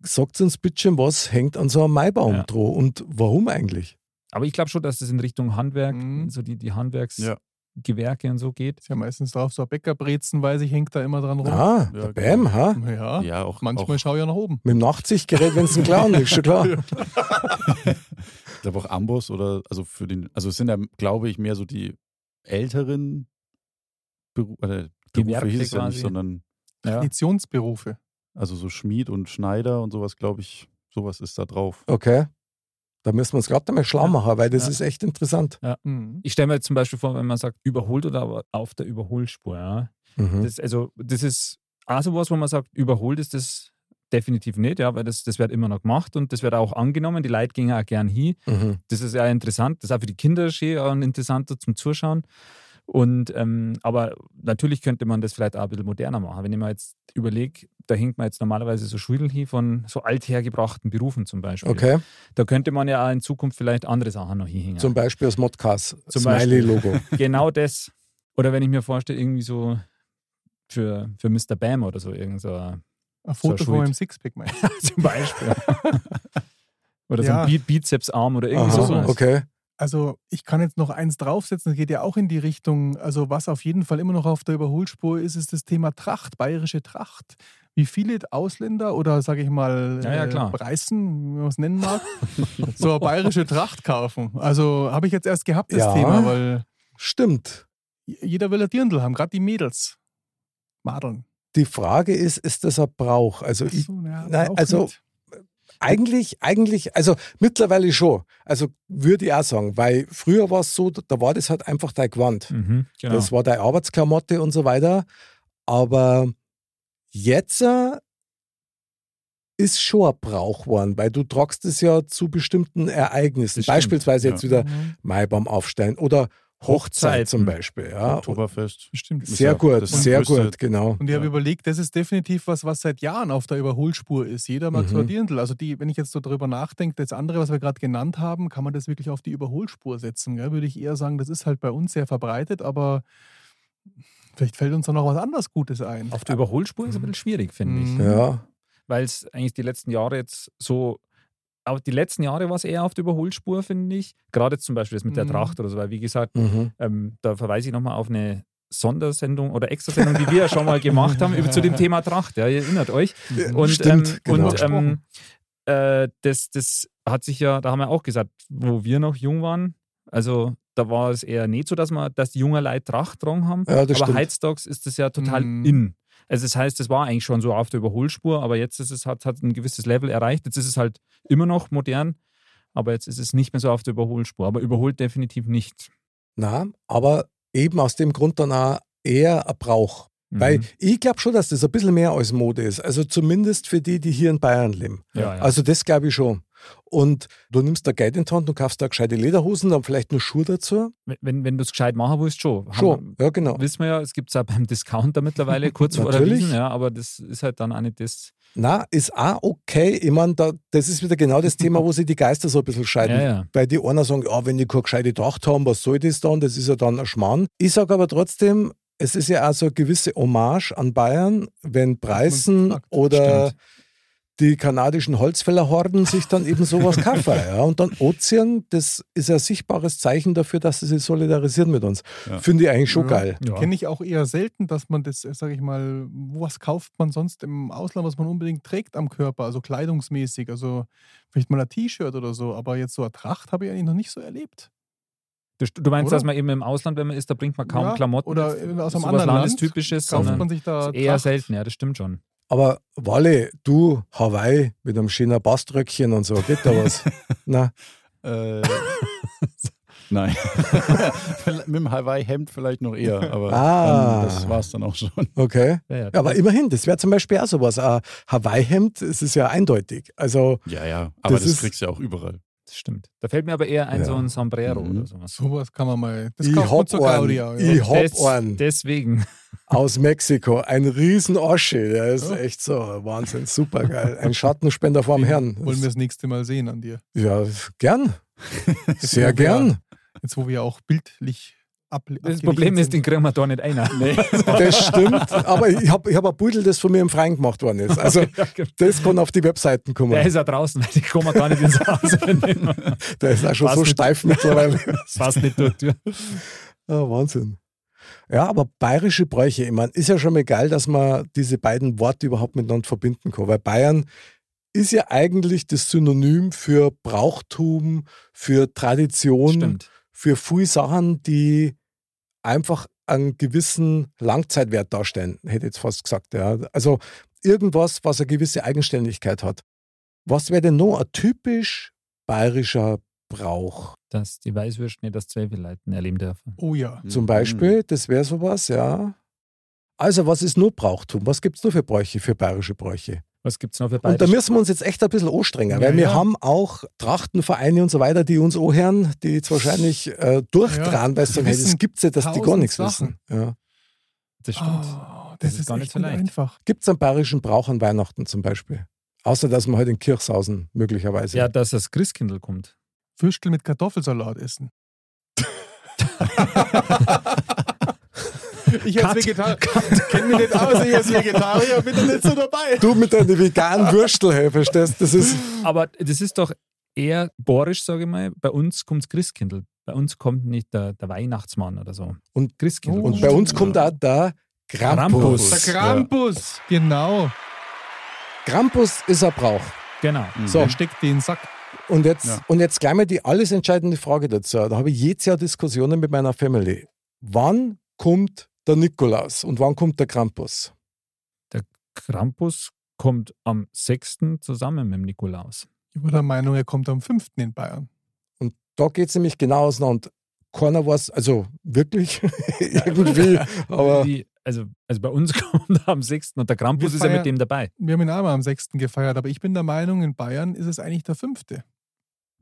S1: sagt uns bitte, was hängt an so einem Maibaum
S3: Ja.
S1: dran und warum eigentlich?
S3: Aber ich glaube schon, dass das in Richtung Handwerk,
S5: Mhm.
S3: so die, die
S4: Ja.
S3: Handwerksgewerke und so geht.
S5: Ist ja meistens drauf, so ein Bäckerbrezen, weiß ich, hängt da immer dran rum.
S1: Ah,
S4: Ja,
S1: der
S3: genau.
S1: Bam, ha?
S5: Ja,
S4: ja, auch
S5: manchmal
S4: auch,
S5: schau ich ja nach oben.
S1: Mit dem Nachtsichtgerät, wenn es ein Clown ist, schon klar.
S4: ich glaube auch Amboss oder also für den, also es sind ja, glaube ich, mehr so die älteren Beru oder Berufe
S3: Gewerke
S4: hieß es ja
S3: quasi.
S4: nicht, sondern
S3: Ja.
S5: Traditionsberufe.
S4: also so Schmied und Schneider und sowas, glaube ich, sowas ist da drauf.
S1: Okay. Da müssen wir uns gerade einmal schlau
S3: Ja.
S1: machen, weil das
S3: Ja.
S1: ist echt interessant.
S5: Mhm.
S3: Ich stelle mir jetzt zum Beispiel vor, wenn man sagt, überholt oder aber auf der Überholspur. Ja.
S1: Mhm.
S3: Das, also, das ist auch sowas, wo man sagt, überholt ist das definitiv nicht, ja, weil das, das wird immer noch gemacht und das wird auch angenommen. Die Leute gehen auch gern hin.
S1: Mhm.
S3: Das ist ja interessant. Das ist auch für die Kinder schön und interessanter zum Zuschauen. Und ähm, aber natürlich könnte man das vielleicht auch ein bisschen moderner machen. Wenn ich mir jetzt überlege, da hängt man jetzt normalerweise so Schwindel hin von so althergebrachten Berufen zum Beispiel.
S1: Okay,
S3: Da könnte man ja auch in Zukunft vielleicht andere Sachen noch hinhängen.
S1: zum Beispiel das Modcast,
S3: Zum Beispiel.
S1: Smiley-Logo.
S3: genau das. Oder wenn ich mir vorstelle, irgendwie so für, für Mr. Bam oder so, irgend so ein-
S5: Ein
S3: So
S5: Foto von
S3: schuld.
S5: meinem Sixpack, meinst du?
S3: zum Beispiel. oder so
S5: Ja.
S3: ein Bi Bizepsarm oder irgendwie
S1: Aha,
S3: sowas.
S1: okay.
S5: Also ich kann jetzt noch eins draufsetzen, das geht ja auch in die Richtung, also was auf jeden Fall immer noch auf der Überholspur ist, ist das Thema Tracht, bayerische Tracht. Wie viele Ausländer oder sage ich mal
S3: Ja, ja,
S5: äh,
S3: klar.
S5: Preisen, wie man es nennen mag, so eine bayerische Tracht kaufen. Also habe ich jetzt erst gehabt das
S1: Ja.
S5: Thema, weil
S1: Stimmt.
S5: jeder will ein Dirndl haben, gerade die Mädels. Madeln.
S1: Die Frage ist, ist das ein Brauch? Also ich,
S5: Ach so, ja,
S1: nein,
S5: auch
S1: also-
S5: nicht.
S1: Eigentlich, eigentlich, also mittlerweile schon. Also würde ich auch sagen, weil früher war es so, da war das halt einfach dein Gewand.
S3: Mhm, genau.
S1: Das war deine Arbeitsklamotte und so weiter. Aber jetzt äh, ist schon ein Brauch geworden, weil du tragst es ja zu bestimmten Ereignissen.
S4: Das stimmt,
S1: Beispielsweise jetzt
S4: ja.
S1: wieder Maibaum aufstellen oder Hochzeit
S3: Hochzeiten.
S1: zum Beispiel. Ja.
S4: Oktoberfest.
S5: Stimmt.
S1: Sehr
S4: Ja,
S1: gut,
S4: das ist
S1: sehr
S4: das größte- Mhm.
S1: gut, genau.
S5: Und ich habe
S4: Ja.
S5: überlegt, das ist definitiv was, was seit Jahren auf der Überholspur ist. Jeder mag so ein
S1: Mhm.
S5: Dirndl. Also die, wenn ich jetzt so drüber nachdenke, das andere, was wir gerade genannt haben, kann man das wirklich auf die Überholspur setzen. Gell? Würde ich eher sagen, das ist halt bei uns sehr verbreitet, aber vielleicht fällt uns da noch was anderes Gutes ein.
S3: Auf der Überholspur ist ein bisschen schwierig, finde ich.
S5: Mhm.
S1: Ja,
S3: weil es eigentlich die letzten Jahre jetzt so, aber die letzten Jahre war es eher auf der Überholspur, finde ich. Gerade jetzt zum Beispiel das mit der
S5: Mhm.
S3: Tracht oder so, weil wie gesagt,
S1: mhm.
S3: ähm, da verweise ich nochmal auf eine Sondersendung oder Extrasendung, die wir ja schon mal gemacht haben, über, zu dem Thema Tracht, ja, ihr erinnert euch. Und,
S1: Stimmt,
S3: ähm,
S1: genau.
S3: und ähm, äh, das, das hat sich ja, da haben wir auch gesagt, wo wir noch jung waren, also da war es eher nicht so, dass man, dass junge Leute Tracht dran haben,
S1: ja das
S3: aber
S1: stimmt. Mm.
S3: heutzutage ist das ja total
S5: Mhm.
S3: in. Also das heißt, es war eigentlich schon so auf der Überholspur, aber jetzt ist es, hat, hat ein gewisses Level erreicht. Jetzt ist es halt immer noch modern, aber jetzt ist es nicht mehr so auf der Überholspur. Aber überholt definitiv nicht.
S1: Na, aber eben aus dem Grund dann auch eher ein Brauch. Weil
S3: Mhm.
S1: ich glaube schon, dass das ein bisschen mehr als Mode ist. Also zumindest für die, die hier in Bayern leben.
S3: ja, ja.
S1: Also das glaube ich schon. Und du nimmst da Geld in die Hand, du kaufst da gescheite Lederhosen, dann vielleicht nur Schuhe dazu.
S3: wenn, wenn du es gescheit machen willst, schon. Haben
S1: Schon, ja genau.
S3: Wir, wissen wir ja, es gibt es auch beim Discounter mittlerweile, kurz vor der
S1: Natürlich.
S3: Wiesen, ja, aber das ist halt dann auch nicht das.
S1: Na, ist auch okay. Ich meine, da, das ist wieder genau das Thema, wo sich die Geister so ein bisschen scheiden.
S3: Ja, ja.
S1: Weil die einer sagen, ja, wenn die keine gescheite Tracht haben, was soll das dann? Das ist ja dann ein Schmarrn. Ich sage aber trotzdem, es ist ja auch so eine gewisse Hommage an Bayern, wenn Preußen
S5: gefragt.
S1: oder die kanadischen Holzfällerhorden sich dann eben sowas kaufen. ja. Und dann Ozean, das ist ein sichtbares Zeichen dafür, dass sie sich solidarisieren mit uns.
S4: Ja.
S1: Finde ich eigentlich schon
S5: Ja.
S1: geil.
S3: Ja.
S5: Kenne ich auch eher selten, dass man das, sage ich mal, was kauft man sonst im Ausland, was man unbedingt trägt am Körper, also kleidungsmäßig, also vielleicht mal ein T-Shirt oder so, aber jetzt so eine Tracht habe ich eigentlich noch nicht so erlebt.
S3: Du, du meinst,
S5: Oder?
S3: dass man eben im Ausland, wenn man ist, da bringt man kaum
S5: Ja,
S3: Klamotten. Das
S5: oder aus
S3: ist
S5: einem
S3: sowas
S5: anderen Land
S3: Landestypisches,
S5: Kauft
S3: sondern
S5: man sich da
S3: ist eher
S5: Tracht?
S3: selten, ja, das stimmt schon.
S1: Aber Walle, du, Hawaii mit einem schönen Baströckchen und so, geht da was? Na,
S4: Äh, nein. Vielleicht Mit dem Hawaii-Hemd vielleicht noch eher, aber
S1: Ah.
S4: dann, das war es dann auch schon.
S1: okay.
S3: Ja, ja,
S1: Ja, aber immerhin, das wäre zum Beispiel auch sowas. Ein Hawaii-Hemd, es ist ja eindeutig. Also,
S4: Ja, ja, aber
S1: Das
S4: das,
S1: ist-
S4: kriegst du ja auch überall.
S3: Das stimmt. Da fällt mir aber eher ein,
S1: Ja.
S3: so ein Sombrero
S4: Mhm.
S3: oder sowas.
S5: Sowas kann man mal. Das
S1: ich
S5: kauft man
S1: hab
S5: zur
S1: einen,
S5: Gaudi auch, ja.
S1: ich hab
S3: Des-
S1: einen
S3: Deswegen.
S1: aus Mexiko, ein riesen Osche, der ist
S5: Ja.
S1: echt so, Wahnsinn, super geil. Ein Schattenspender vorm Herrn.
S5: Wollen wir das nächste Mal sehen an dir.
S1: ja, gern,
S5: Jetzt,
S1: sehr
S5: wo wir-
S1: gern.
S5: Jetzt, wo wir auch bildlich ab.
S3: Das Problem ist, den kriegen wir da nicht einer.
S1: Das stimmt, aber ich habe ich hab ein Pudel, das von mir im Freien gemacht worden ist. Also, das kann auf die Webseiten kommen.
S3: genau. Der ist ja draußen, weil die kommen gar nicht ins Haus.
S1: Der ist auch schon
S3: Passt
S1: so
S3: nicht.
S1: steif mittlerweile.
S3: Das passt nicht durch die Tür.
S1: Ja, Wahnsinn. Ja, aber bayerische Bräuche, ich meine, ist ja schon mal geil, dass man diese beiden Worte überhaupt miteinander verbinden kann, weil Bayern ist ja eigentlich das Synonym für Brauchtum, für Tradition,
S3: Stimmt.
S1: für viele Sachen, die einfach einen gewissen Langzeitwert darstellen, hätte ich jetzt fast gesagt. Ja. Also irgendwas, was eine gewisse Eigenständigkeit hat. Was wäre denn noch ein typisch bayerischer Brauch?
S3: Dass die Weißwürst nicht das Zweifelleiten erleben dürfen.
S5: Oh ja.
S4: Hm,
S1: Zum Beispiel, das wäre sowas, ja. Also, was ist nur Brauchtum? Was gibt es nur für Bräuche, für bayerische Bräuche?
S3: Was gibt es noch für
S1: Und da
S3: Bayerische?
S1: müssen wir uns jetzt echt ein bisschen anstrengen,
S5: Ja,
S1: weil wir
S5: ja.
S1: haben auch Trachtenvereine und so weiter, die uns anhören, die jetzt wahrscheinlich äh, durchtragen, weil sie
S5: Die
S1: sagen, hey, das
S5: wissen
S1: gibt es ja, dass die gar
S5: tausend
S1: nichts
S5: Sachen.
S1: wissen. Ja.
S3: Das
S5: Oh,
S1: Ah.
S3: stimmt.
S5: das,
S3: Das
S5: ist,
S3: ist gar nicht
S5: echt
S3: so
S5: nicht
S3: leicht.
S5: einfach.
S1: Gibt es einen bayerischen Brauch an Weihnachten zum Beispiel? Außer, dass man halt in Kirchsausen möglicherweise.
S3: Ja, dass das Christkindl kommt.
S5: Würstel mit Kartoffelsalat essen. Ich als Vegetarier. Kenn mich nicht aus, ich als Vegetarier bin da nicht so dabei.
S1: Du mit deinen veganen Würstel, hey, verstehst Das ist.
S3: Aber das ist doch eher borisch, sage ich mal. Bei uns kommt das Christkindl. Bei uns kommt nicht der, der Weihnachtsmann oder so.
S1: Und-
S3: Christkindl.
S1: Und bei uns kommt auch der Krampus.
S3: Krampus.
S5: Der Krampus, genau.
S1: Krampus ist ein Brauch.
S3: Genau.
S4: hm.
S1: So,
S5: Der steckt den Sack.
S1: und jetzt,
S4: Ja.
S1: und jetzt gleich mal die alles entscheidende Frage dazu. Da habe ich jedes Jahr Diskussionen mit meiner Family. Wann kommt der Nikolaus und wann kommt der Krampus?
S3: Krampus kommt am 6. zusammen mit dem Nikolaus.
S5: Ich war der Meinung, er kommt am 5. in Bayern.
S1: Und da geht es nämlich genau auseinander. Keiner weiß, also wirklich, irgendwie, aber
S3: Die, also, also bei uns kommt er am 6. und der Krampus
S5: Wir
S3: ist ja
S5: feiern-
S3: mit dem dabei.
S5: Wir haben ihn einmal am 6. gefeiert, aber ich bin der Meinung, in Bayern ist es eigentlich der 5.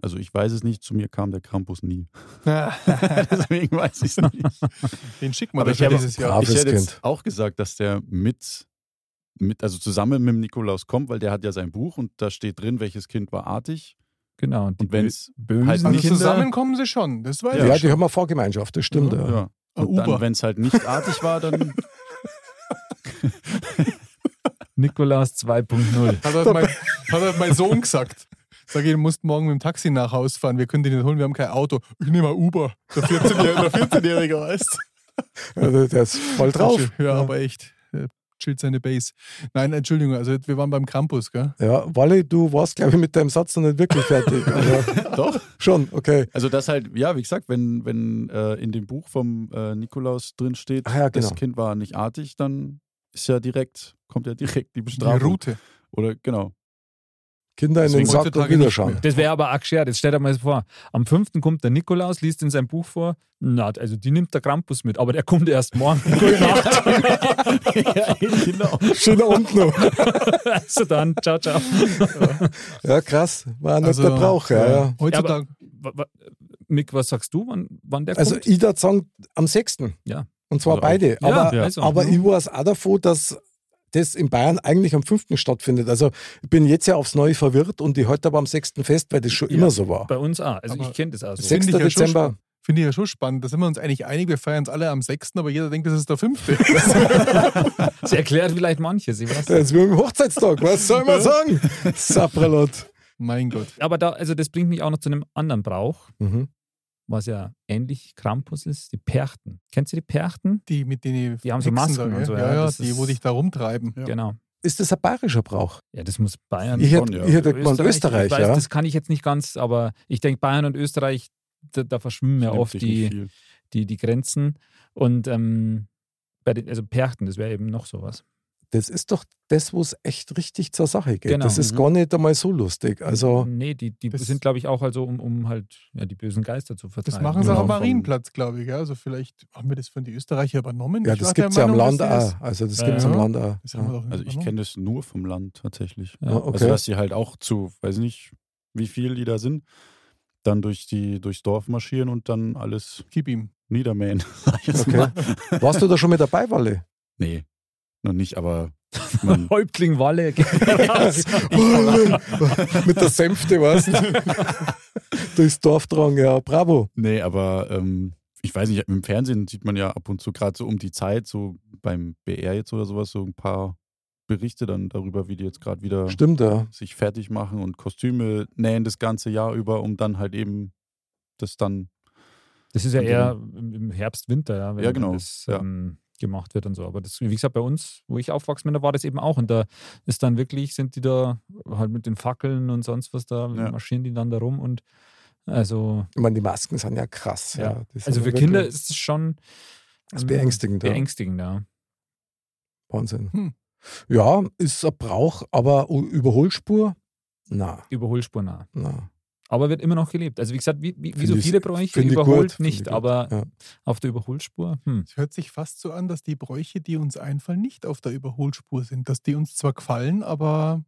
S4: Also ich weiß es nicht, zu mir kam der Krampus nie. Deswegen weiß ich es nicht.
S5: Den schicken wir
S4: Aber
S5: da
S4: ich
S5: schon
S4: habe-
S5: dieses Jahr.
S1: Brav.
S4: ich hätte
S1: Kind.
S4: jetzt auch gesagt, dass der mit, mit, also zusammen mit dem Nikolaus kommt, weil der hat ja sein Buch und da steht drin, welches Kind war artig.
S3: Genau. die
S4: Und wenn's
S3: bösen
S4: halt
S5: Also
S4: nicht- Kinder-
S5: zusammen kommen sie schon, das weiß
S1: ja,
S4: Ja,
S5: ich.
S1: die haben eine Vorgemeinschaft, das stimmt. Ja,
S4: Ja. Und
S5: Ein Ah, Uber.
S4: dann, wenn es halt nicht artig war, dann
S3: Nikolaus 2.0.
S5: Hat halt, mein, hat halt mein Sohn gesagt. Sag ich, du musst morgen mit dem Taxi nach Haus fahren, wir können den nicht holen, wir haben kein Auto. Ich nehme ein Uber. Der 14-Jährige, der 14-Jährige weißt
S1: Also, der ist voll
S4: Halt
S1: drauf.
S5: Ja, aber echt. äh, Chillt seine Base. Nein, Entschuldigung, also wir waren beim Krampus, gell?
S1: Ja, Wally, du warst, glaube ich, mit deinem Satz noch nicht wirklich fertig. Also,
S4: doch.
S1: schon, okay.
S4: Also das halt, ja, wie gesagt, wenn, wenn äh, in dem Buch vom äh, Nikolaus drin steht,
S1: Ach ja, genau.
S4: das Kind war nicht artig, dann ist ja direkt, kommt ja direkt die
S5: Die
S4: Bestrafung.
S5: Route.
S4: Oder genau.
S1: Kinder in den
S4: Deswegen
S1: Sack und
S5: heutzutage nicht
S1: wiederschauen.
S3: Das wäre aber auch geschert. Jetzt stell dir mal vor, am 5. kommt der Nikolaus, liest in sein Buch vor. Na, also die nimmt der Krampus mit, aber der kommt erst morgen. Gute Nacht.
S4: ja, genau.
S1: Schön da unten noch.
S3: also dann, ciao, ciao.
S1: Ja, krass. War nicht
S5: Also,
S1: der Brauch, ja. ja.
S5: äh, Heutzutage,
S3: Wa- wa- Mick, was sagst du, wann, wann der
S1: Also,
S3: kommt?
S1: ich würde sagen, am 6.
S3: Ja.
S1: Und zwar
S4: Also auch-
S1: beide.
S3: Ja,
S1: aber
S3: also.
S1: aber ich weiß auch davon, dass das in Bayern eigentlich am 5. stattfindet. Also, ich bin jetzt ja aufs Neue verwirrt und ich halte aber am 6. fest, weil das schon
S3: Ja.
S1: immer so war.
S3: Bei uns auch. Also
S5: Aber-
S3: ich kenne das auch so.
S1: 6.
S5: Sechs- ich ja schon
S1: Dezember.
S5: finde ich ja schon spannend, da sind wir uns eigentlich einig, wir feiern es alle am 6., aber jeder denkt, das ist der 5.
S3: Das erklärt vielleicht manches. Ich weiß.
S1: Das ist wie am Hochzeitstag. Was soll man sagen? Sapralot.
S5: mein Gott.
S3: Aber da, also das bringt mich auch noch zu einem anderen Brauch,
S1: Mhm.
S3: was ja ähnlich Krampus ist, die Perchten. Kennst du die Perchten?
S5: Die, mit denen
S3: Die haben so
S5: Hexen
S3: Masken
S5: da,
S3: und so,
S5: gell?
S3: ja,
S5: Ja, ja,
S3: das
S5: die,
S3: ist-
S5: wo dich da rumtreiben.
S3: Genau.
S1: Ist das ein bayerischer Brauch?
S3: Ja, das muss Bayern.
S1: Ich hätte,
S4: Schon, ja.
S1: ich hätte gemeint Österreich,
S3: ich weiß,
S1: ja.
S3: Das kann ich jetzt nicht ganz, aber ich denke, Bayern und Österreich, da, da verschwimmen ja
S4: Nimmt
S3: oft
S4: sich nicht
S3: die,
S4: viel.
S3: die, die Grenzen. Und ähm, bei den, also Perchten, das wäre eben noch sowas.
S1: Das ist doch das, wo es echt richtig zur Sache geht.
S3: Genau. Mhm.
S1: Das ist
S4: Mhm.
S1: gar nicht einmal so lustig. Also,
S3: Nee, die, die
S5: Das-
S3: sind, glaube ich, auch also, um, um halt ja, die bösen Geister zu vertreiben.
S5: Das machen sie auch am
S4: Genau.
S5: Marienplatz, glaube ich. gell? Also vielleicht haben wir das von den Österreichern übernommen.
S1: ja,
S5: Ich
S1: das
S5: war der
S1: gibt es ja am
S5: Meinung,
S1: Land
S5: dass sie
S1: auch. Also, das
S3: Ja,
S1: gibt es am
S5: ja.
S1: Land auch.
S5: Das, das haben
S1: Ja.
S5: wir doch nicht
S4: Also ich
S5: übernommen.
S4: kenne das nur vom Land tatsächlich.
S3: Ja,
S1: Ah,
S4: Also
S1: Okay.
S4: dass die halt auch zu, weiß nicht, wie viel die da sind, dann durch die, durchs Dorf marschieren und dann alles
S5: Gib ihm.
S4: niedermähen. sag ich jetzt
S1: Okay.
S4: mal.
S1: Warst du da schon mit dabei, Walle?
S4: Nee, noch nicht, aber man,
S3: Häuptling Walle. geht raus.
S1: mit der Sänfte, weißt du? Durchs Dorf tragen, ja, bravo.
S4: nee, aber ähm, ich weiß nicht, im Fernsehen sieht man ja ab und zu gerade so um die Zeit, so beim BR jetzt oder sowas, so ein paar Berichte dann darüber, wie die jetzt gerade wieder
S1: Stimmt, ja.
S4: sich fertig machen und Kostüme nähen das ganze Jahr über, um dann halt eben das dann
S3: Das ist ja
S4: Und
S3: eher im im Herbst, Winter, ja, wenn
S4: Ja, genau,
S3: das
S4: ja.
S3: ähm, gemacht wird und so. Aber das, wie gesagt, bei uns, wo ich aufgewachsen bin, da war das eben auch. Und da ist dann wirklich, sind die da halt mit den Fackeln und sonst was da,
S4: Ja.
S3: marschieren die dann da rum und also,
S1: Ich meine, die Masken sind ja krass. Ja.
S3: Ja.
S1: Die sind
S3: also
S1: ja
S3: für
S1: wirklich-
S3: Kinder ist es schon
S1: Das ist
S3: ähm,
S1: beängstigend, ja.
S3: Beängstigend, ja.
S1: Wahnsinn.
S5: Hm.
S1: Ja, ist ein Brauch, aber U- Überholspur? Na,
S3: Überholspur nah.
S1: na.
S3: Aber wird immer noch gelebt. Also wie gesagt, wie, wie, wie
S1: Find
S3: so
S1: ich-
S3: viele Bräuche,
S1: find ich gut,
S3: überholt
S1: find ich
S3: nicht,
S1: gut,
S3: aber
S1: ja.
S3: auf der Überholspur, hm.
S5: Es hört sich fast so an, dass die Bräuche, die uns einfallen, nicht auf der Überholspur sind. Dass die uns zwar gefallen, aber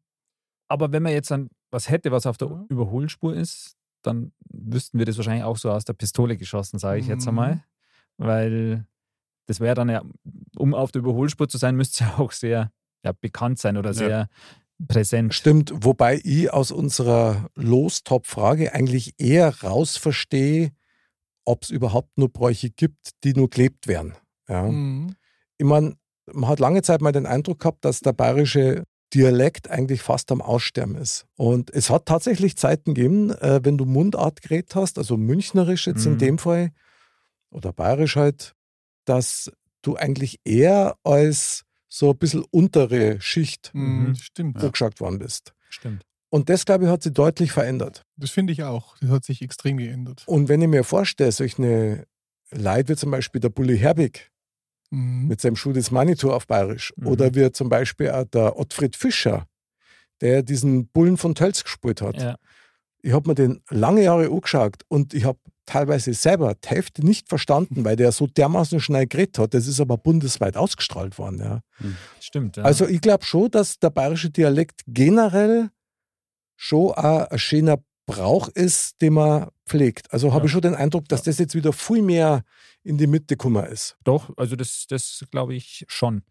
S3: Aber wenn man jetzt dann was hätte, was auf der
S5: Ja.
S3: Überholspur ist, dann wüssten wir das wahrscheinlich auch so aus der Pistole geschossen, sage ich jetzt
S5: Mhm.
S3: einmal. Weil das wäre dann ja, um auf der Überholspur zu sein, müsste es ja auch sehr ja, bekannt sein oder sehr präsent.
S1: Stimmt, wobei ich aus unserer Lostop-Frage eigentlich eher rausverstehe, ob es überhaupt nur Bräuche gibt, die nur gelebt werden. Ja.
S5: mhm.
S1: Ich meine, man hat lange Zeit mal den Eindruck gehabt, dass der bayerische Dialekt eigentlich fast am Aussterben ist. Und es hat tatsächlich Zeiten gegeben, äh, wenn du Mundart geredet hast, also münchnerisch jetzt in
S3: Mhm.
S1: dem Fall oder bayerisch halt, dass du eigentlich eher als so ein bisschen untere Schicht
S5: Mhm.
S3: Mhm.
S5: Stimmt.
S1: angeschaut worden bist.
S3: Stimmt.
S1: Und das, glaube ich, hat sich deutlich verändert.
S5: Das finde ich auch. Das hat sich extrem geändert.
S1: Und wenn ich mir vorstelle, solche Leute wie zum Beispiel der Bulli Herbig
S5: Mhm.
S1: mit seinem Schuh des Manitou auf Bayerisch
S3: Mhm.
S1: oder wie zum Beispiel auch der Ottfried Fischer, der diesen Bullen von Tölz gespielt hat.
S3: Ja.
S1: Ich habe mir den lange Jahre angeschaut und ich habe teilweise selber die Hälfte nicht verstanden, weil der so dermaßen schnell geredet hat. Das ist aber bundesweit ausgestrahlt worden. Ja.
S3: Stimmt. Ja.
S1: Also ich glaube schon, dass der bayerische Dialekt generell schon auch ein schöner Brauch ist, den man pflegt. Also habe
S3: Ja.
S1: ich schon den Eindruck, dass das jetzt wieder viel mehr in die Mitte gekommen ist.
S3: Doch, also das, das glaube ich schon.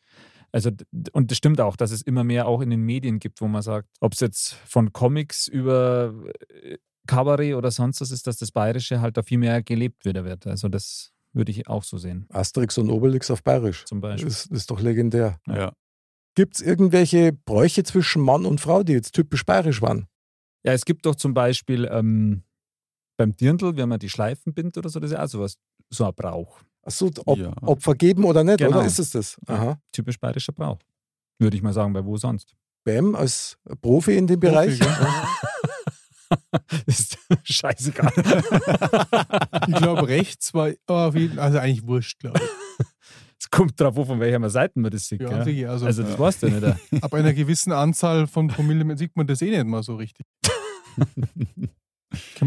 S3: Also, d- und das stimmt auch, dass es immer mehr auch in den Medien gibt, wo man sagt, ob es jetzt von Comics über äh, Kabarett oder sonst was ist, dass das Bayerische halt da viel mehr gelebt wieder wird. Also das würde ich auch so sehen,
S1: Asterix und Obelix auf Bayerisch.
S3: zum Beispiel.
S1: Das ist doch legendär.
S4: Ja. ja.
S1: Gibt es irgendwelche Bräuche zwischen Mann und Frau, die jetzt typisch bayerisch waren?
S3: Ja, es gibt doch zum Beispiel ähm, beim Dirndl, wenn man die Schleifen bindet oder so, das ist ja auch sowas, so ein Brauch.
S1: Achso, Also, ob,
S4: Ja.
S1: ob vergeben oder nicht,
S3: Genau.
S1: oder ist es das? Aha.
S3: Typisch bayerischer Brauch. Würde ich mal sagen, weil wo sonst?
S1: Bam als Profi in dem Bereich.
S3: ist scheißegal.
S5: Ich glaube, rechts war, oh, wie, also eigentlich wurscht, glaube ich.
S3: Es kommt drauf, an, von welcher Seite man das sieht.
S5: Ja,
S3: gell?
S5: sicher, also-
S3: also, das weißt du nicht.
S5: Ab einer gewissen Anzahl von Promille sieht man das eh nicht mal so richtig. Können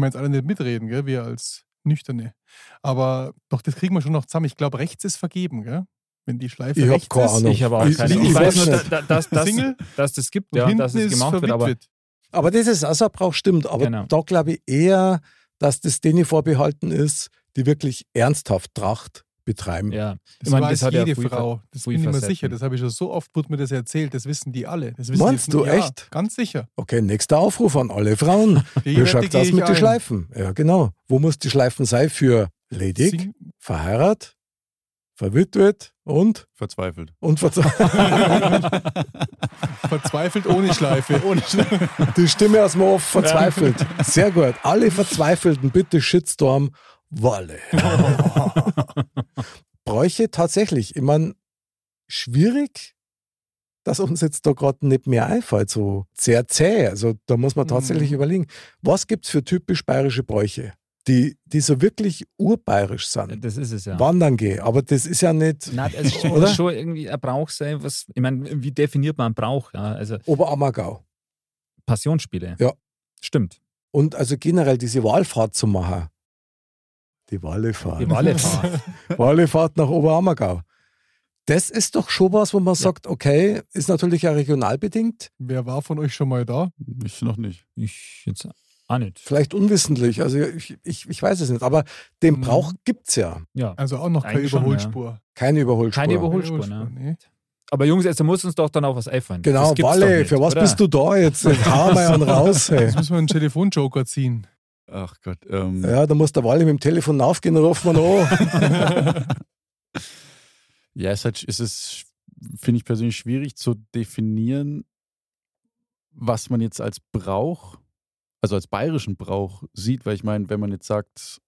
S5: wir jetzt alle nicht mitreden, gell? wir als Nüchterne. Aber doch, das kriegen wir schon noch zusammen. Ich glaube, rechts ist vergeben, gell? wenn die Schleife
S1: Ich habe
S5: rechts
S1: keine
S5: ist.
S1: Ahnung.
S3: Ich habe auch
S1: Ich-
S3: keine
S1: ich-
S3: Ahnung. Ich
S1: ich
S3: weiß
S1: weiß
S3: nur,
S1: nicht.
S3: da- da- dass, dass,
S5: Single?
S3: dass das gibt,
S5: Und
S3: ja,
S5: hinten
S3: dass es
S5: ist
S3: gemacht wird. Aber
S5: verwitwet.
S1: Aber das ist auch so ein Brauch, stimmt. Aber
S3: Genau.
S1: da glaube ich eher, dass das denen vorbehalten ist, die wirklich ernsthaft Tracht betreiben.
S3: ja,
S5: Das
S3: Ich meine,
S5: weiß
S3: das hat ja
S5: jede
S3: viel Ver-
S5: Frau. Das
S3: viel
S5: bin ich mir
S3: Facetten.
S5: sicher. Das habe ich schon so oft, wurde mir das erzählt. Das wissen die alle. Das wissen
S1: Meinst
S5: die-
S1: du,
S5: ja,
S1: echt?
S5: Ganz sicher.
S1: Okay, nächster Aufruf an alle Frauen.
S5: Die
S1: Wie
S5: Wette
S1: schaut
S5: gehe
S1: das
S5: ich
S1: mit den
S5: ein.
S1: Schleifen? Ja, genau. Wo muss die Schleifen sein für ledig,
S5: Sing-
S1: verheiratet, verwitwet und,
S4: Verzweifelt.
S1: und verz-
S5: Verzweifelt ohne Schleife. Ohne Schleife.
S1: die Stimme aus dem Off verzweifelt. Sehr gut. Alle Verzweifelten, bitte Shitstorm, Walle. Bräuche tatsächlich. Ich meine, schwierig, dass uns jetzt da gerade nicht mehr einfällt. So sehr zäh. Also da muss man tatsächlich
S5: Mhm.
S1: überlegen, was gibt es für typisch bayerische Bräuche, die, die so wirklich urbayerisch sind?
S3: das ist es ja.
S1: Wandern gehen, aber das ist ja nicht
S3: Nein, es ist
S1: Oder?
S3: schon, schon irgendwie ein Brauch sein, was, ich meine, wie definiert man einen Brauch? Ja? Also
S1: Oberammergau.
S3: Passionsspiele.
S1: Ja.
S3: Stimmt.
S1: Und also generell diese Wahlfahrt zu machen. Die Wallefahrt.
S3: Die Wallefahrt.
S1: Wallefahrt nach Oberammergau. Das ist doch schon was, wo man sagt, okay, ist natürlich ja regional bedingt,
S5: Wer war von euch schon mal da?
S4: Ich noch nicht.
S3: Ich jetzt auch nicht.
S1: vielleicht unwissentlich, also ich, ich, ich weiß es nicht, aber den
S5: Mhm.
S1: Brauch gibt es ja.
S3: Ja.
S5: Also auch noch keine
S3: Eigentlich schon,
S5: Überholspur.
S1: Keine Überholspur.
S3: Keine
S5: Keine
S3: Überholspur, ne?
S5: nee.
S3: Aber Jungs, jetzt muss uns doch dann auch was einfallen.
S1: Genau,
S3: Das gibt's doch
S1: Walle,
S3: nicht,
S1: für was
S3: oder?
S1: bist du da jetzt? Jetzt Hau mal einen raus. Hey.
S5: Jetzt müssen wir einen Telefonjoker ziehen.
S4: Ach Gott. Ähm,
S1: Ja, da muss der Walle mit dem Telefon aufgehen, ruft man an.
S4: Ja, es ist, halt, es ist finde ich persönlich schwierig zu definieren, was man jetzt als Brauch, also als bayerischen Brauch sieht, weil ich meine, wenn man jetzt sagt,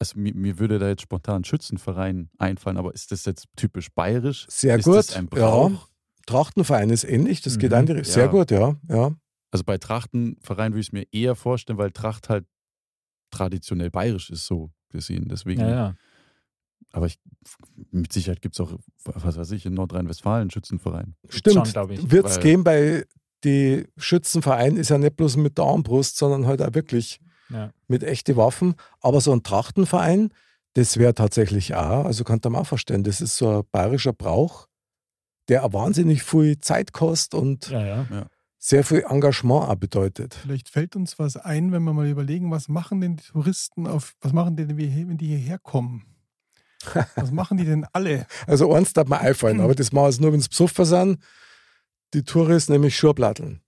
S4: also mir, mir würde da jetzt spontan Schützenverein einfallen, aber ist das jetzt typisch bayerisch?
S1: Sehr
S4: ist
S1: gut.
S4: das ein Brauch?
S1: Ja. Trachtenverein ist ähnlich, das geht
S3: Mhm.
S1: auch in die Richtung. Sehr
S4: Ja.
S1: gut, ja. ja.
S4: Also bei Trachtenverein würde ich es mir eher vorstellen, weil Tracht halt traditionell bayerisch ist, so gesehen. Deswegen,
S3: Ja, ja.
S4: aber ich, mit Sicherheit gibt es auch, was weiß ich, in Nordrhein-Westfalen einen Schützenverein.
S1: Stimmt,
S3: glaub ich,
S1: wird es
S4: weil-
S1: geben, weil die Schützenverein ist ja nicht bloß mit der Armbrust, sondern halt auch wirklich
S3: Ja.
S1: mit echten Waffen. Aber so ein Trachtenverein, das wäre tatsächlich auch, also kann man auch verstehen, das ist so ein bayerischer Brauch, der auch wahnsinnig viel Zeit kostet und
S3: Ja, ja.
S1: sehr viel Engagement auch bedeutet.
S5: Vielleicht fällt uns was ein, wenn wir mal überlegen, was machen denn die Touristen auf, was machen denn, wir hier- wenn die hierher kommen? Was machen die denn alle?
S1: Also eins darf mir einfallen, aber das machen wir nur, wenn es besoffen sind. Die Touristen nämlich Schurblatteln.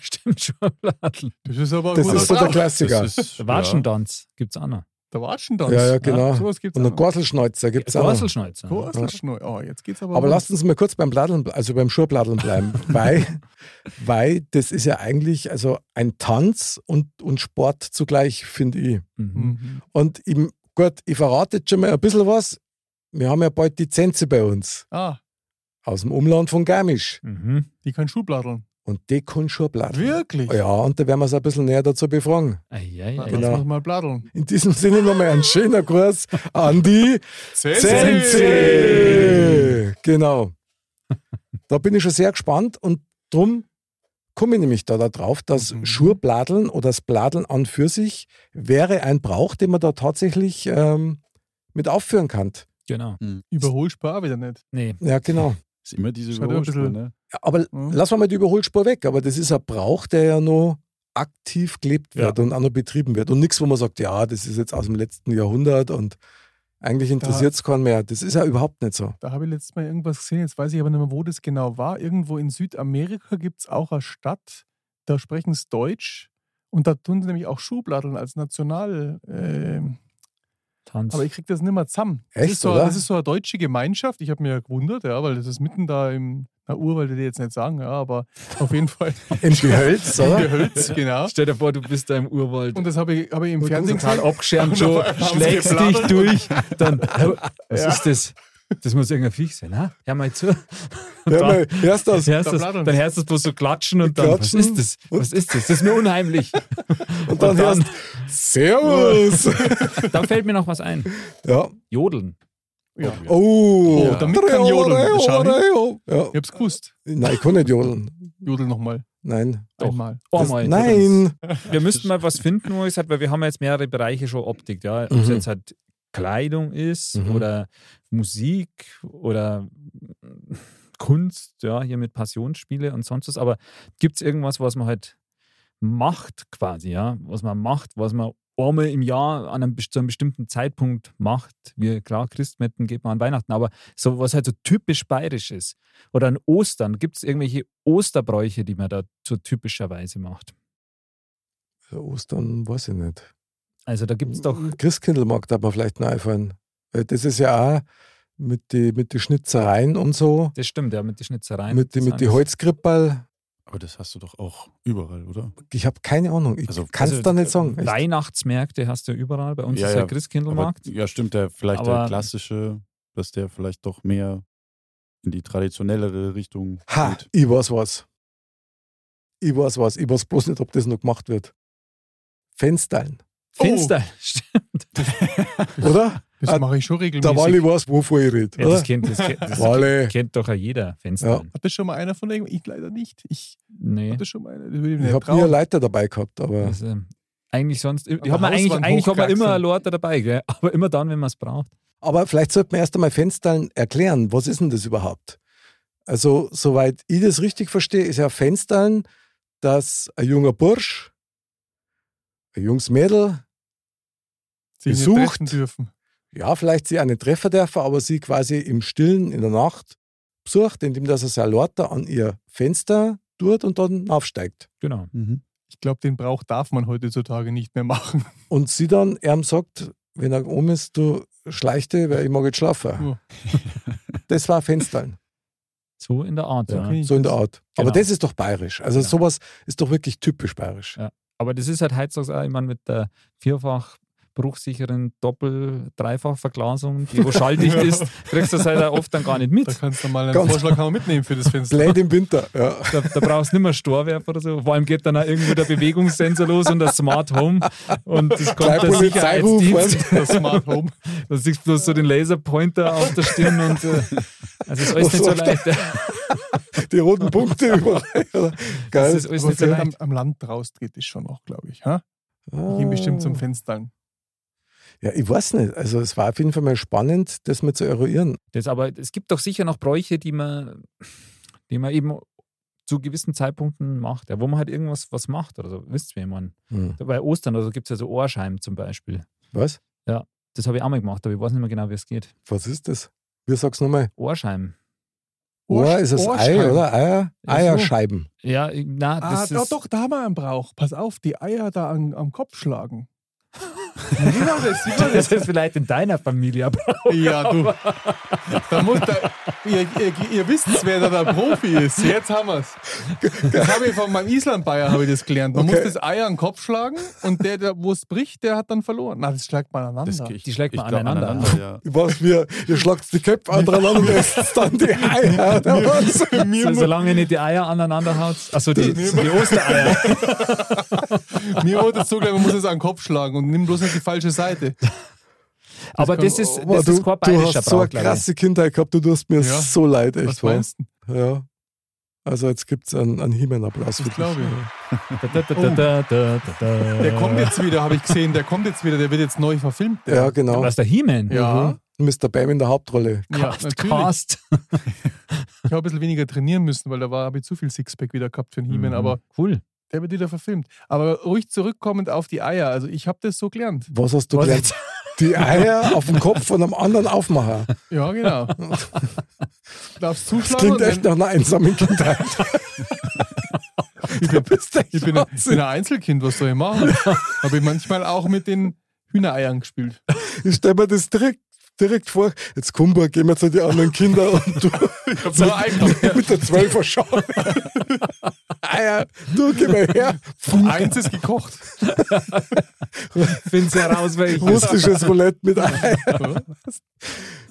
S3: Stimmt schon. Blattl.
S5: Das ist aber ein
S1: Das
S5: guter
S1: ist so der
S5: Brauch.
S1: Klassiker.
S4: Das ist, ja.
S3: Watschentanz gibt es auch noch.
S5: der Watschentanz.
S1: Ja, ja, genau.
S5: sowas gibt's
S1: Und
S5: auch
S1: einen
S5: noch.
S1: Gorselschneuzer gibt es auch. noch.
S3: Gorselschneuzer.
S5: Gorselschnur. Oh, jetzt geht's aber.
S1: Aber
S5: los.
S1: lasst uns mal kurz beim Bladeln, also beim Schurbladeln bleiben, weil, weil das ist ja eigentlich also ein Tanz und, und Sport zugleich, finde ich.
S3: Mhm.
S5: Mhm.
S1: Und ich, gut, ich verrate jetzt schon mal ein bisschen was. Wir haben ja bald die Zenze bei uns
S5: Ah,
S1: aus dem Umland von Garmisch
S3: Mhm.
S5: die kann Schubladeln.
S1: und die kann Schurbladeln.
S5: Wirklich?
S1: Ja, und da werden wir es ein bisschen näher dazu befragen.
S3: Ah, ja, ja,
S5: Lass
S3: ja.
S1: Genau.
S5: mich mal bladeln.
S1: In diesem Sinne nochmal ein schöner Kurs an die Sense! Genau. Da bin ich schon sehr gespannt und drum komme ich nämlich da darauf, dass
S5: Mhm.
S1: Schurbladeln oder das Bladeln an für sich wäre ein Brauch, den man da tatsächlich ähm, mit aufführen kann.
S3: Genau.
S5: Überholspar wieder nicht.
S3: Nee.
S1: Ja, genau.
S4: Ist immer diese
S5: Schaut immer ein bisschen-
S4: Überholspur, ne?
S1: Ja, Aber
S5: Mhm.
S1: lassen wir Hm. mal die Überholspur weg, aber das ist ein Brauch, der ja noch aktiv gelebt
S3: Ja.
S1: wird und auch noch betrieben wird. Und nichts, wo man sagt, ja, das ist jetzt aus dem letzten Jahrhundert und eigentlich interessiert es keinen mehr. Das ist ja überhaupt nicht so.
S5: Da habe ich letztes Mal irgendwas gesehen, jetzt weiß ich aber nicht mehr, wo das genau war. Irgendwo in Südamerika gibt es auch eine Stadt, da sprechen sie Deutsch und da tun sie nämlich auch Schubladeln als National. ähm,
S3: Tanz.
S5: aber ich kriege das nicht mehr zusammen. das
S1: Echt,
S5: ist so,
S1: oder?
S5: Das ist so eine deutsche Gemeinschaft. Ich habe mir ja gewundert, ja, weil das ist mitten da im. Na, Urwald will ich jetzt nicht sagen, ja, aber auf jeden Fall
S1: Im Gehölz,
S5: im
S1: oder?
S5: Gehölz, genau.
S3: Stell dir vor, du bist da im Urwald.
S5: Und das habe ich, habe ich im
S3: Und
S5: Fernsehen Genau,
S3: total abgeschirmt,
S5: Haben
S3: du
S5: sie- haben sie
S3: schlägst dich
S5: geblattert?
S3: durch, dann, was
S5: Ja.
S3: ist das? Das muss irgendein Viech sein, ne? Hör mal zu.
S1: Ja, mal, hörst das?
S3: Dann hörst
S5: da
S3: du es-
S5: blattern.
S3: dann hörst du es bloß so klatschen und dann,
S1: Klatschen.
S3: was ist das? Was ist das? Das ist mir unheimlich.
S1: Und dann hörst Servus!
S3: Dann fällt mir noch was ein.
S1: ja.
S3: Jodeln.
S5: Ja.
S1: Oh,
S5: Oh, damit kann jodeln. Schau hin.
S1: Ja.
S5: Ich habe es gewusst.
S1: Nein, ich kann nicht jodeln.
S5: Jodel nochmal.
S1: Nein.
S3: Doch.
S5: Einmal.
S3: Oh,
S1: Das,
S3: mein
S1: nein!
S3: Wir müssten mal was finden, wo ich sage, weil wir haben ja jetzt mehrere Bereiche schon Optik, ja. Ob es
S1: Mhm.
S3: jetzt halt Kleidung ist
S1: Mhm.
S3: oder Musik oder Kunst, ja, hier mit Passionsspiele und sonst was. Aber gibt es irgendwas, was man halt macht quasi, ja? Was man macht, was man einmal im Jahr an einem, best- zu einem bestimmten Zeitpunkt macht. Wir, klar, Christmetten geht man an Weihnachten, aber so was halt so typisch bayerisch ist. Oder an Ostern. Gibt es irgendwelche Osterbräuche, die man da so typischerweise macht?
S1: Für Ostern weiß ich nicht.
S3: Also da gibt es doch
S1: Christkindlmarkt darf man vielleicht noch einfallen. Weil Das ist ja auch mit den mit die Schnitzereien und so,
S3: Das stimmt, ja, mit den Schnitzereien.
S1: mit den mit die Holzkrippel.
S4: Aber das hast du doch auch überall, oder?
S1: Ich habe keine Ahnung. Ich
S4: Also-
S1: kann es da
S3: äh,
S1: nicht sagen. Echt.
S3: Weihnachtsmärkte hast du ja überall. Bei uns
S4: Ja,
S3: ist ja,
S4: ja. Aber,
S3: Christkindlmarkt.
S4: ja, stimmt, der, vielleicht
S3: Aber-
S4: der klassische, dass der vielleicht doch mehr in die traditionellere Richtung
S1: Ha,
S4: geht.
S1: ich weiß was. Ich weiß was. Ich weiß bloß nicht, ob das noch gemacht wird. Fenstern,
S3: Finster. Oh!
S1: Oh!
S3: Stimmt.
S1: oder? Ah,
S5: Das mache ich schon regelmäßig.
S1: Der Wally weiß, wovon ich rede.
S3: Ja, das
S1: oder?
S3: kennt, das kennt, das
S1: Wally.
S3: kennt doch ja jeder. Fenster.
S1: Ja.
S5: Hat das schon mal einer von euch? Ich leider nicht. Ich
S3: Nee.
S5: hatte schon mal einer. Das würde ich mir
S1: Ich
S5: nicht
S1: habe nie eine
S5: trauen.
S1: Leiter dabei gehabt, aber
S3: Das, ähm, eigentlich sonst. Ich
S5: Aber
S3: hab mal eigentlich,
S5: Hauswand
S3: eigentlich hat man immer
S5: hochkraxeln.
S3: eine Lorte dabei, gell? aber immer dann, wenn man es braucht.
S1: Aber vielleicht sollte man erst einmal Fenstern erklären. Was ist denn das überhaupt? Also, soweit ich das richtig verstehe, ist ja Fenstern, dass ein junger Bursch, ein junges Mädel,
S5: Sie nicht
S1: gesucht.
S5: treffen dürfen.
S1: ja, vielleicht sie eine Treffer darf, aber sie quasi im Stillen in der Nacht besucht, indem dass er sein Lorter an ihr Fenster tut und dann aufsteigt.
S3: Genau.
S4: Mhm.
S5: Ich glaube, den Brauch darf man heutzutage nicht mehr machen.
S1: Und sie dann ihm sagt, wenn er oben ist, du schleichte, weil ich mag jetzt schlafen.
S5: Ja.
S1: Das war Fenstern.
S3: So in der Art.
S5: Da
S3: Ja.
S5: kenn ich
S1: So in der
S5: das.
S1: Art.
S3: Genau.
S1: Aber das ist doch bayerisch. Also
S3: Genau.
S1: sowas ist doch wirklich typisch bayerisch.
S3: Ja. Aber das ist halt heutzutage auch, ich meine, mit der vierfach bruchsicheren Doppel-Dreifach-Verglasung, die wo schalldicht ist, kriegst du das halt auch oft dann gar nicht
S5: Da
S3: mit.
S5: kannst du mal einen
S1: Ganz-
S5: Vorschlag haben wir mitnehmen für das Fenster.
S1: Blade im Winter. Ja.
S3: Da, da brauchst du nicht mehr Storwerfer oder so. Vor allem geht dann auch irgendwo der Bewegungssensor los und das Smart Home. Und das kommt
S1: Gleich
S3: der
S1: Polizeiruf,
S3: Sicherheitsdienst.
S5: Das Smart Home.
S3: Da siehst du bloß so den Laserpointer auf der Stirn und äh, also
S1: Was
S3: ist alles nicht so
S1: läuft da?
S3: leicht.
S1: Die roten Punkte überall. Oder?
S3: Das
S1: Geil.
S3: ist alles
S5: Aber
S3: nicht so
S5: vielleicht am,
S3: leicht.
S5: am Land draußen geht das schon auch, glaube ich. Ha? Ich
S1: Ah.
S5: gehe bestimmt zum Fenstern.
S1: Ja, ich weiß nicht. Also es war auf jeden Fall mal spannend, das mal zu eruieren.
S3: Das, aber es gibt doch sicher noch Bräuche, die man, die man eben zu gewissen Zeitpunkten macht, ja, wo man halt irgendwas was macht oder so. Wisst ihr, wie ich meine?
S1: Hm.
S3: Bei Ostern oder so gibt es ja so Ohrscheiben zum Beispiel.
S1: Was?
S3: Das habe ich auch mal gemacht, aber ich weiß nicht mehr genau, wie es geht.
S1: Was ist das? Wir sag's nochmal.
S3: Ohrscheiben.
S1: Ohr ist das Ei,
S5: Ohrscheiben.
S1: oder? Eier,
S3: Ja, so.
S1: Eierscheiben.
S3: Ja, ich- na,
S5: Ah,
S3: das
S5: doch,
S3: ist.
S5: doch, da haben wir einen Brauch. Pass auf, die Eier da an, am Kopf schlagen. Wie war das? Wie war das?
S3: Das ist vielleicht in deiner Familie, aber
S5: Ja, du. Da muss, da, ihr, ihr, ihr wisst, wer da der Profi ist. Jetzt haben wir's. Das habe ich von meinem Island-Bayer habe ich das gelernt. Man muss das Ei an den Kopf schlagen und der, der wo es bricht, der hat dann verloren. Na, das schlägt man aneinander.
S4: Das, ich,
S3: Die schlägt
S4: ich
S3: man
S4: glaub,
S3: aneinander,
S4: ja.
S1: Was wir, ihr schlagt die Köpfe aneinander und esst dann die Eier. Oder was?
S3: so, solange ihr nicht die Eier aneinander haut. Achso, die, die Ostereier.
S5: Mir wurde es zugelernt, man muss es an den Kopf schlagen und nimm bloß nicht die falsche Seite.
S3: Aber das Oh, ist,
S1: Boah,
S3: das
S1: du,
S3: ist kein
S1: du
S3: bayerischer
S1: hast so
S3: Brauch,
S1: eine
S3: glaube ich.
S1: krasse Kindheit gehabt, du tust mir
S5: Ja.
S1: so leid, echt.
S5: Was
S1: wa?
S5: meinst du?
S1: Ja. Also jetzt gibt es einen, einen Himmel-Applaus für
S5: Das
S1: dich.
S5: glaube ich.
S3: Da, da, da, da, da, da, da.
S5: Der kommt jetzt wieder, habe ich gesehen. Der kommt jetzt wieder, der wird jetzt neu verfilmt.
S1: Ja, genau.
S3: Was, der He-Man?
S5: Ja,
S1: Mhm. Mr. Bam in der Hauptrolle.
S5: ja
S3: Cast,
S5: natürlich.
S3: Cast.
S5: Ich habe ein bisschen weniger trainieren müssen, weil da war- habe ich zu viel Sixpack wieder gehabt für den He-Man, aber
S3: Cool.
S5: der wird wieder verfilmt. Aber ruhig zurückkommend auf die Eier. Also ich habe das so gelernt.
S1: Was hast du
S3: Was
S1: gelernt? Die Eier auf dem Kopf von einem anderen Aufmacher.
S5: Ja, genau. Darfst
S1: Das
S5: zuschlagen?
S1: klingt
S5: und
S1: echt
S5: dann-
S1: nach einer einsamen Kindheit. du bist echt
S5: ich, bin ein, ich bin
S1: Wahnsinn.
S5: ein Einzelkind, was soll ich machen? habe ich manchmal auch mit den Hühnereiern gespielt.
S1: Ich stelle mir das direkt, direkt vor. Jetzt Kumba, gehen wir zu den anderen Kindern und du
S5: So ein-
S1: mit der Zwölfer schauen. Eier, du geh mal her.
S5: Eins ist gekocht.
S3: Find's heraus, weil ich.
S1: Russisches Roulette mit Eier.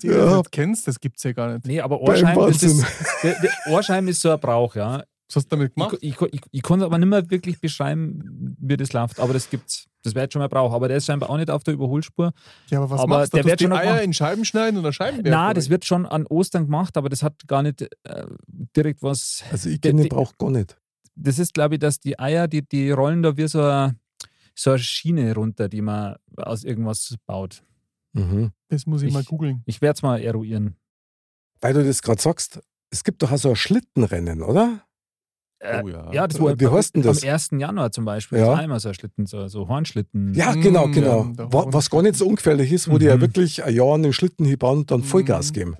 S5: Die du
S1: Ja.
S5: das kennst, das gibt's ja gar nicht.
S3: Nee, aber Ohrscheiben,
S1: Beim
S3: das ist, der, der Ohrscheiben ist so ein Brauch, ja.
S5: Was hast du damit gemacht?
S3: Ich, ich, ich, ich kann es aber nicht mehr wirklich beschreiben, wie das läuft, aber das gibt's. Das wäre jetzt schon mal Brauch, aber der ist scheinbar auch nicht auf der Überholspur.
S5: Ja, aber was
S3: Aber
S5: machst du?
S3: der
S5: Da
S3: wird
S5: tust
S3: schon
S5: du? Die
S3: noch
S5: Eier
S3: gemacht.
S5: in Scheiben schneiden oder Scheiben werfen?
S3: Na,
S5: oder
S3: das wird schon an Ostern gemacht, aber das hat gar nicht äh, direkt was.
S1: Also ich kenne den Brauch gar nicht.
S3: Das ist, glaube ich, dass die Eier, die, die rollen da wie so eine, so eine Schiene runter, die man aus irgendwas baut.
S1: Mhm.
S5: Das muss ich, mal
S3: Ich-
S5: googeln.
S3: Ich werde es mal eruieren.
S1: Weil du das gerade sagst, es gibt doch auch so ein Schlittenrennen, oder?
S3: Äh,
S4: Oh ja.
S3: Ja, das war
S1: Wie heißt denn das?
S3: am 1. Januar zum Beispiel.
S1: Ja.
S3: Ja. Einmal so ein Schlitten, so, so Hornschlitten.
S1: Ja,
S5: Mm,
S1: genau,
S5: ja,
S1: genau.
S5: da
S1: Wa- Was gar nicht so ungefährlich ist, wo die ja
S3: Mhm.
S1: wirklich ein Jahr an den Schlitten hinbauen und dann Vollgas
S5: Mhm.
S1: geben.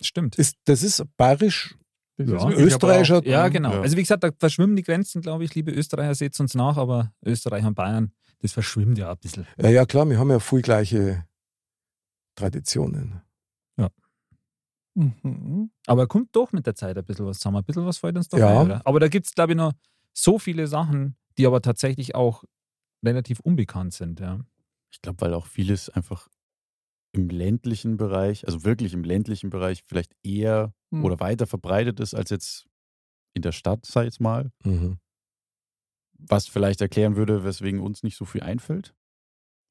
S3: Stimmt.
S1: Ist, das ist bayerisch,
S5: Das
S3: Ja.
S5: ist wirklich
S1: österreichischer.
S3: Ja, genau.
S4: Ja.
S3: Also wie gesagt, da verschwimmen die Grenzen, glaube ich. Liebe Österreicher, seht uns nach, aber Österreich und Bayern, das verschwimmt ja ein bisschen.
S1: Ja, ja, klar, wir haben ja viel gleiche Traditionen.
S5: aber auch- Mhm.
S3: Aber kommt doch mit der Zeit ein bisschen was zusammen. Ein bisschen was fällt uns doch
S1: Ja.
S3: ein, oder? Aber da gibt es, glaube ich, noch so viele Sachen, die aber tatsächlich auch relativ unbekannt sind, ja.
S4: Ich glaube, weil auch vieles einfach im ländlichen Bereich, also wirklich im ländlichen Bereich, vielleicht eher
S3: Hm.
S5: Mhm.
S4: oder weiter verbreitet ist als jetzt in der Stadt, sag ich jetzt mal.
S1: Mhm.
S4: Was vielleicht erklären würde, weswegen uns nicht so viel einfällt.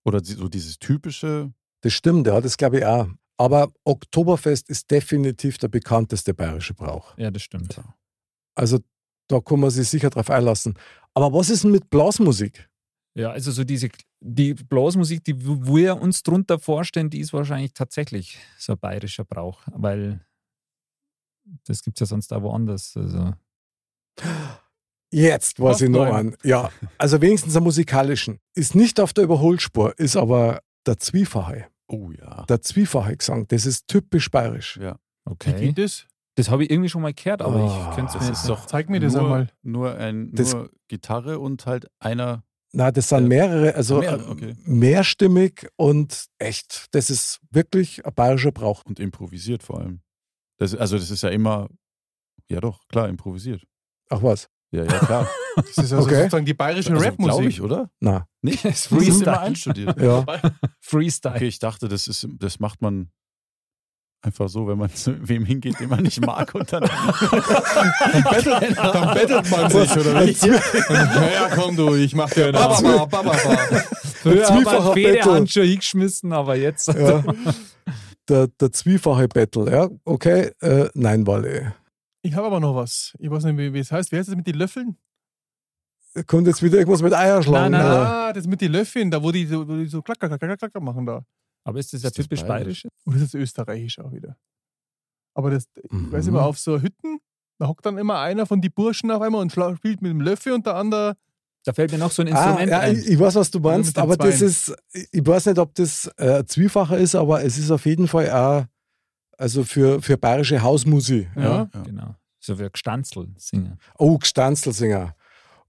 S4: Oder die- so dieses typische.
S1: Das stimmt, ja, das glaube ich auch. Aber Oktoberfest ist definitiv der bekannteste bayerische Brauch.
S3: Ja, das stimmt.
S1: Also da kann man sich sicher drauf einlassen. Aber was ist denn mit Blasmusik?
S3: Ja, also so diese, die Blasmusik, die wir uns drunter vorstellen, die ist wahrscheinlich tatsächlich so ein bayerischer Brauch, weil das gibt es ja sonst auch woanders. Also,
S1: Jetzt weiß
S5: Ach,
S1: ich noch
S5: nein.
S1: an. Ja, also wenigstens am musikalischen. Ist nicht auf der Überholspur, ist aber der Zwiefache.
S4: Oh ja.
S1: Der Zwiefache gesang, das ist typisch bayerisch.
S5: Wie
S3: okay.
S5: geht das?
S3: Das habe ich irgendwie schon mal gehört, aber
S1: Ah,
S3: ich könnte es
S4: Das
S3: mir
S4: ist
S3: jetzt
S4: doch
S5: Zeig mir das
S4: nur,
S5: einmal.
S4: Nur, ein,
S1: Das-
S4: nur Gitarre und halt einer.
S1: Na, das sind
S4: Ja.
S1: mehrere, also
S4: Mehrere,
S1: äh,
S4: okay.
S1: mehrstimmig und echt, das ist wirklich ein bayerischer Brauch.
S4: und improvisiert vor allem. Das, also das ist ja immer, ja doch, klar, improvisiert.
S1: Ach was?
S4: Ja, ja, klar.
S5: Das ist also
S1: Okay.
S5: sozusagen die bayerische
S4: glaube
S5: Rapmusik.
S4: ich, oder?
S1: Na,
S4: Nicht? Das ist
S3: Freestyle.
S4: immer einstudiert.
S1: ja.
S3: Freestyle.
S4: Okay, ich dachte, das, ist, das macht man einfach so, wenn man zu wem hingeht, den man nicht mag und dann...
S5: Dann bettelt man sich, oder was? Ja, ja, komm du, ich mach dir
S3: Genau.
S5: Baba, Baba, Baba.
S3: Früher haben
S1: Zwiefacher
S3: wir Federhand
S1: Battle.
S3: schon hingeschmissen, aber jetzt.
S1: ja. Der, der Zwiefache Battle, ja, okay, äh, nein, Walle.
S5: Ich habe aber noch was. Ich weiß nicht, wie wie es heißt. Wie heißt das mit den Löffeln?
S1: Kommt jetzt wieder irgendwas mit Eierschlagen?
S3: Nein,
S1: oder?
S5: Ah, das mit den Löffeln, da wo die so, wo die so klacker, klacker, klacker, klacker machen da.
S3: Aber ist das ja
S4: Ist das
S3: typisch
S4: bayerisch?
S3: bayerisch?
S5: Und das ist österreichisch auch wieder. Aber das, ich
S7: Mm-hmm.
S5: weiß
S1: Mhm.
S5: immer, auf so Hütten, da hockt dann immer einer von die Burschen auf einmal und schla- spielt mit dem Löffel und der andere.
S3: Da fällt mir noch so ein
S1: Ah,
S3: Instrument
S1: ja, ich,
S3: ein.
S1: ich weiß, was du meinst,
S5: den
S1: aber das
S5: Zweien.
S1: ist, ich weiß nicht, ob das äh, ein Zwiefacher ist, aber es ist auf jeden Fall auch, also für, für bayerische Hausmusik. Ja.
S4: Ja.
S3: Genau. So wie ein Gstanzl singen.
S1: Oh, Gstanzelsinger.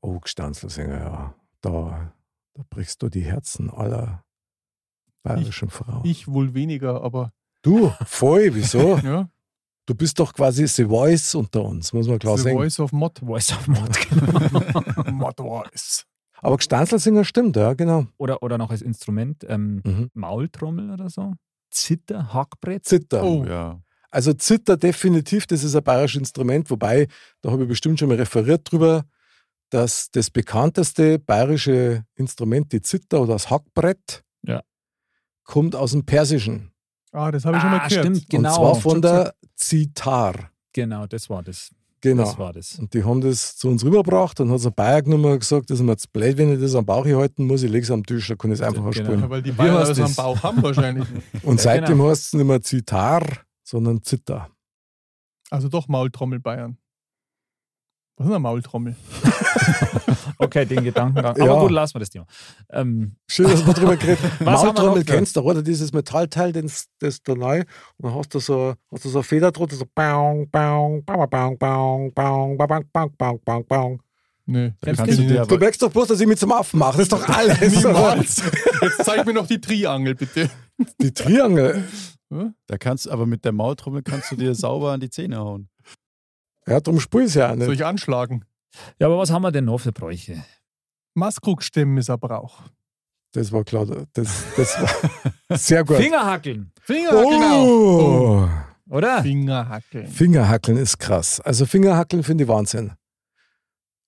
S1: Oh, Gstanzelsinger, ja. Da, da brichst du die Herzen aller bayerischen Frau.
S5: Ich wohl weniger, aber
S1: Du, voll, wieso?
S5: ja.
S1: Du bist doch quasi The Voice unter uns, muss man klar
S5: The
S1: sagen.
S5: Voice of Mod.
S3: Voice of Mod, genau.
S5: Mod Voice.
S1: Aber Gstanzlsinger stimmt, ja, genau.
S3: oder, oder noch als Instrument ähm,
S1: Mhm.
S3: Maultrommel oder so. Zitter, Hackbrett.
S1: Zitter.
S5: Oh.
S4: Ja.
S1: Also Zitter definitiv, das ist ein bayerisches Instrument, wobei, da habe ich bestimmt schon mal referiert drüber, dass das bekannteste bayerische Instrument, die Zitter oder das Hackbrett,
S3: Ja.
S1: kommt aus dem Persischen.
S5: Ah, das habe ich schon mal
S3: Ah,
S5: gehört.
S3: stimmt, genau.
S1: Und zwar
S3: Schon
S1: von der Zitar.
S3: Genau, das war das. Das
S1: Genau.
S3: war das.
S1: Und die haben das zu uns rübergebracht und hat so ein Bayer genommen und gesagt, das ist mir zu blöd, wenn ich das am Bauch hier halten muss, ich lege es am Tisch, da kann ich es einfach
S3: Genau.
S1: verspülen.
S5: Ja, weil die
S1: Wie
S5: Bayern
S1: heißt
S5: das am
S1: das?
S5: Bauch haben wahrscheinlich.
S1: Und
S3: Ja, genau.
S1: seitdem heißt es nicht mehr Zitar, sondern Zitter.
S5: Also doch Maultrommel Bayern. Was ist eine Maultrommel?
S3: Okay, den Gedankengang.
S1: Ja.
S3: Aber gut, lassen wir das Thema. Ähm,
S1: Schön, dass wir drüber geredet
S3: Was haben wir noch
S1: Maultrommel
S3: gehört?
S1: kennst du, oder? Dieses Metallteil, den's- das da neu. Und dann hast du so, hast du so eine Feder drin, so bang, bang, bang, bang, bang, bang, bang, bang, bang, bang, bang, bang.
S5: Nee,
S4: Da kannst du dir
S1: Du
S4: aber,
S1: merkst doch bloß, dass ich mich zum Affen mache. Das ist doch alles. oder?
S5: Niemals. Jetzt zeig mir noch die Triangel, bitte.
S1: Die Triangel.
S4: da kannst, aber mit der Maultrommel kannst du dir sauber an die Zähne hauen.
S1: Ja, drum spür ich ja auch
S5: Soll
S1: nicht.
S5: ich anschlagen?
S3: ja, aber was haben wir denn noch für Bräuche?
S5: Maskrug-Stimmen ist ein Brauch.
S1: Das war klar. Das, das war sehr gut.
S3: Fingerhackeln,
S5: Fingerhackeln
S1: oh.
S5: auch.
S3: oder?
S5: Fingerhackeln.
S1: Fingerhackeln ist krass. Also Fingerhackeln finde ich Wahnsinn.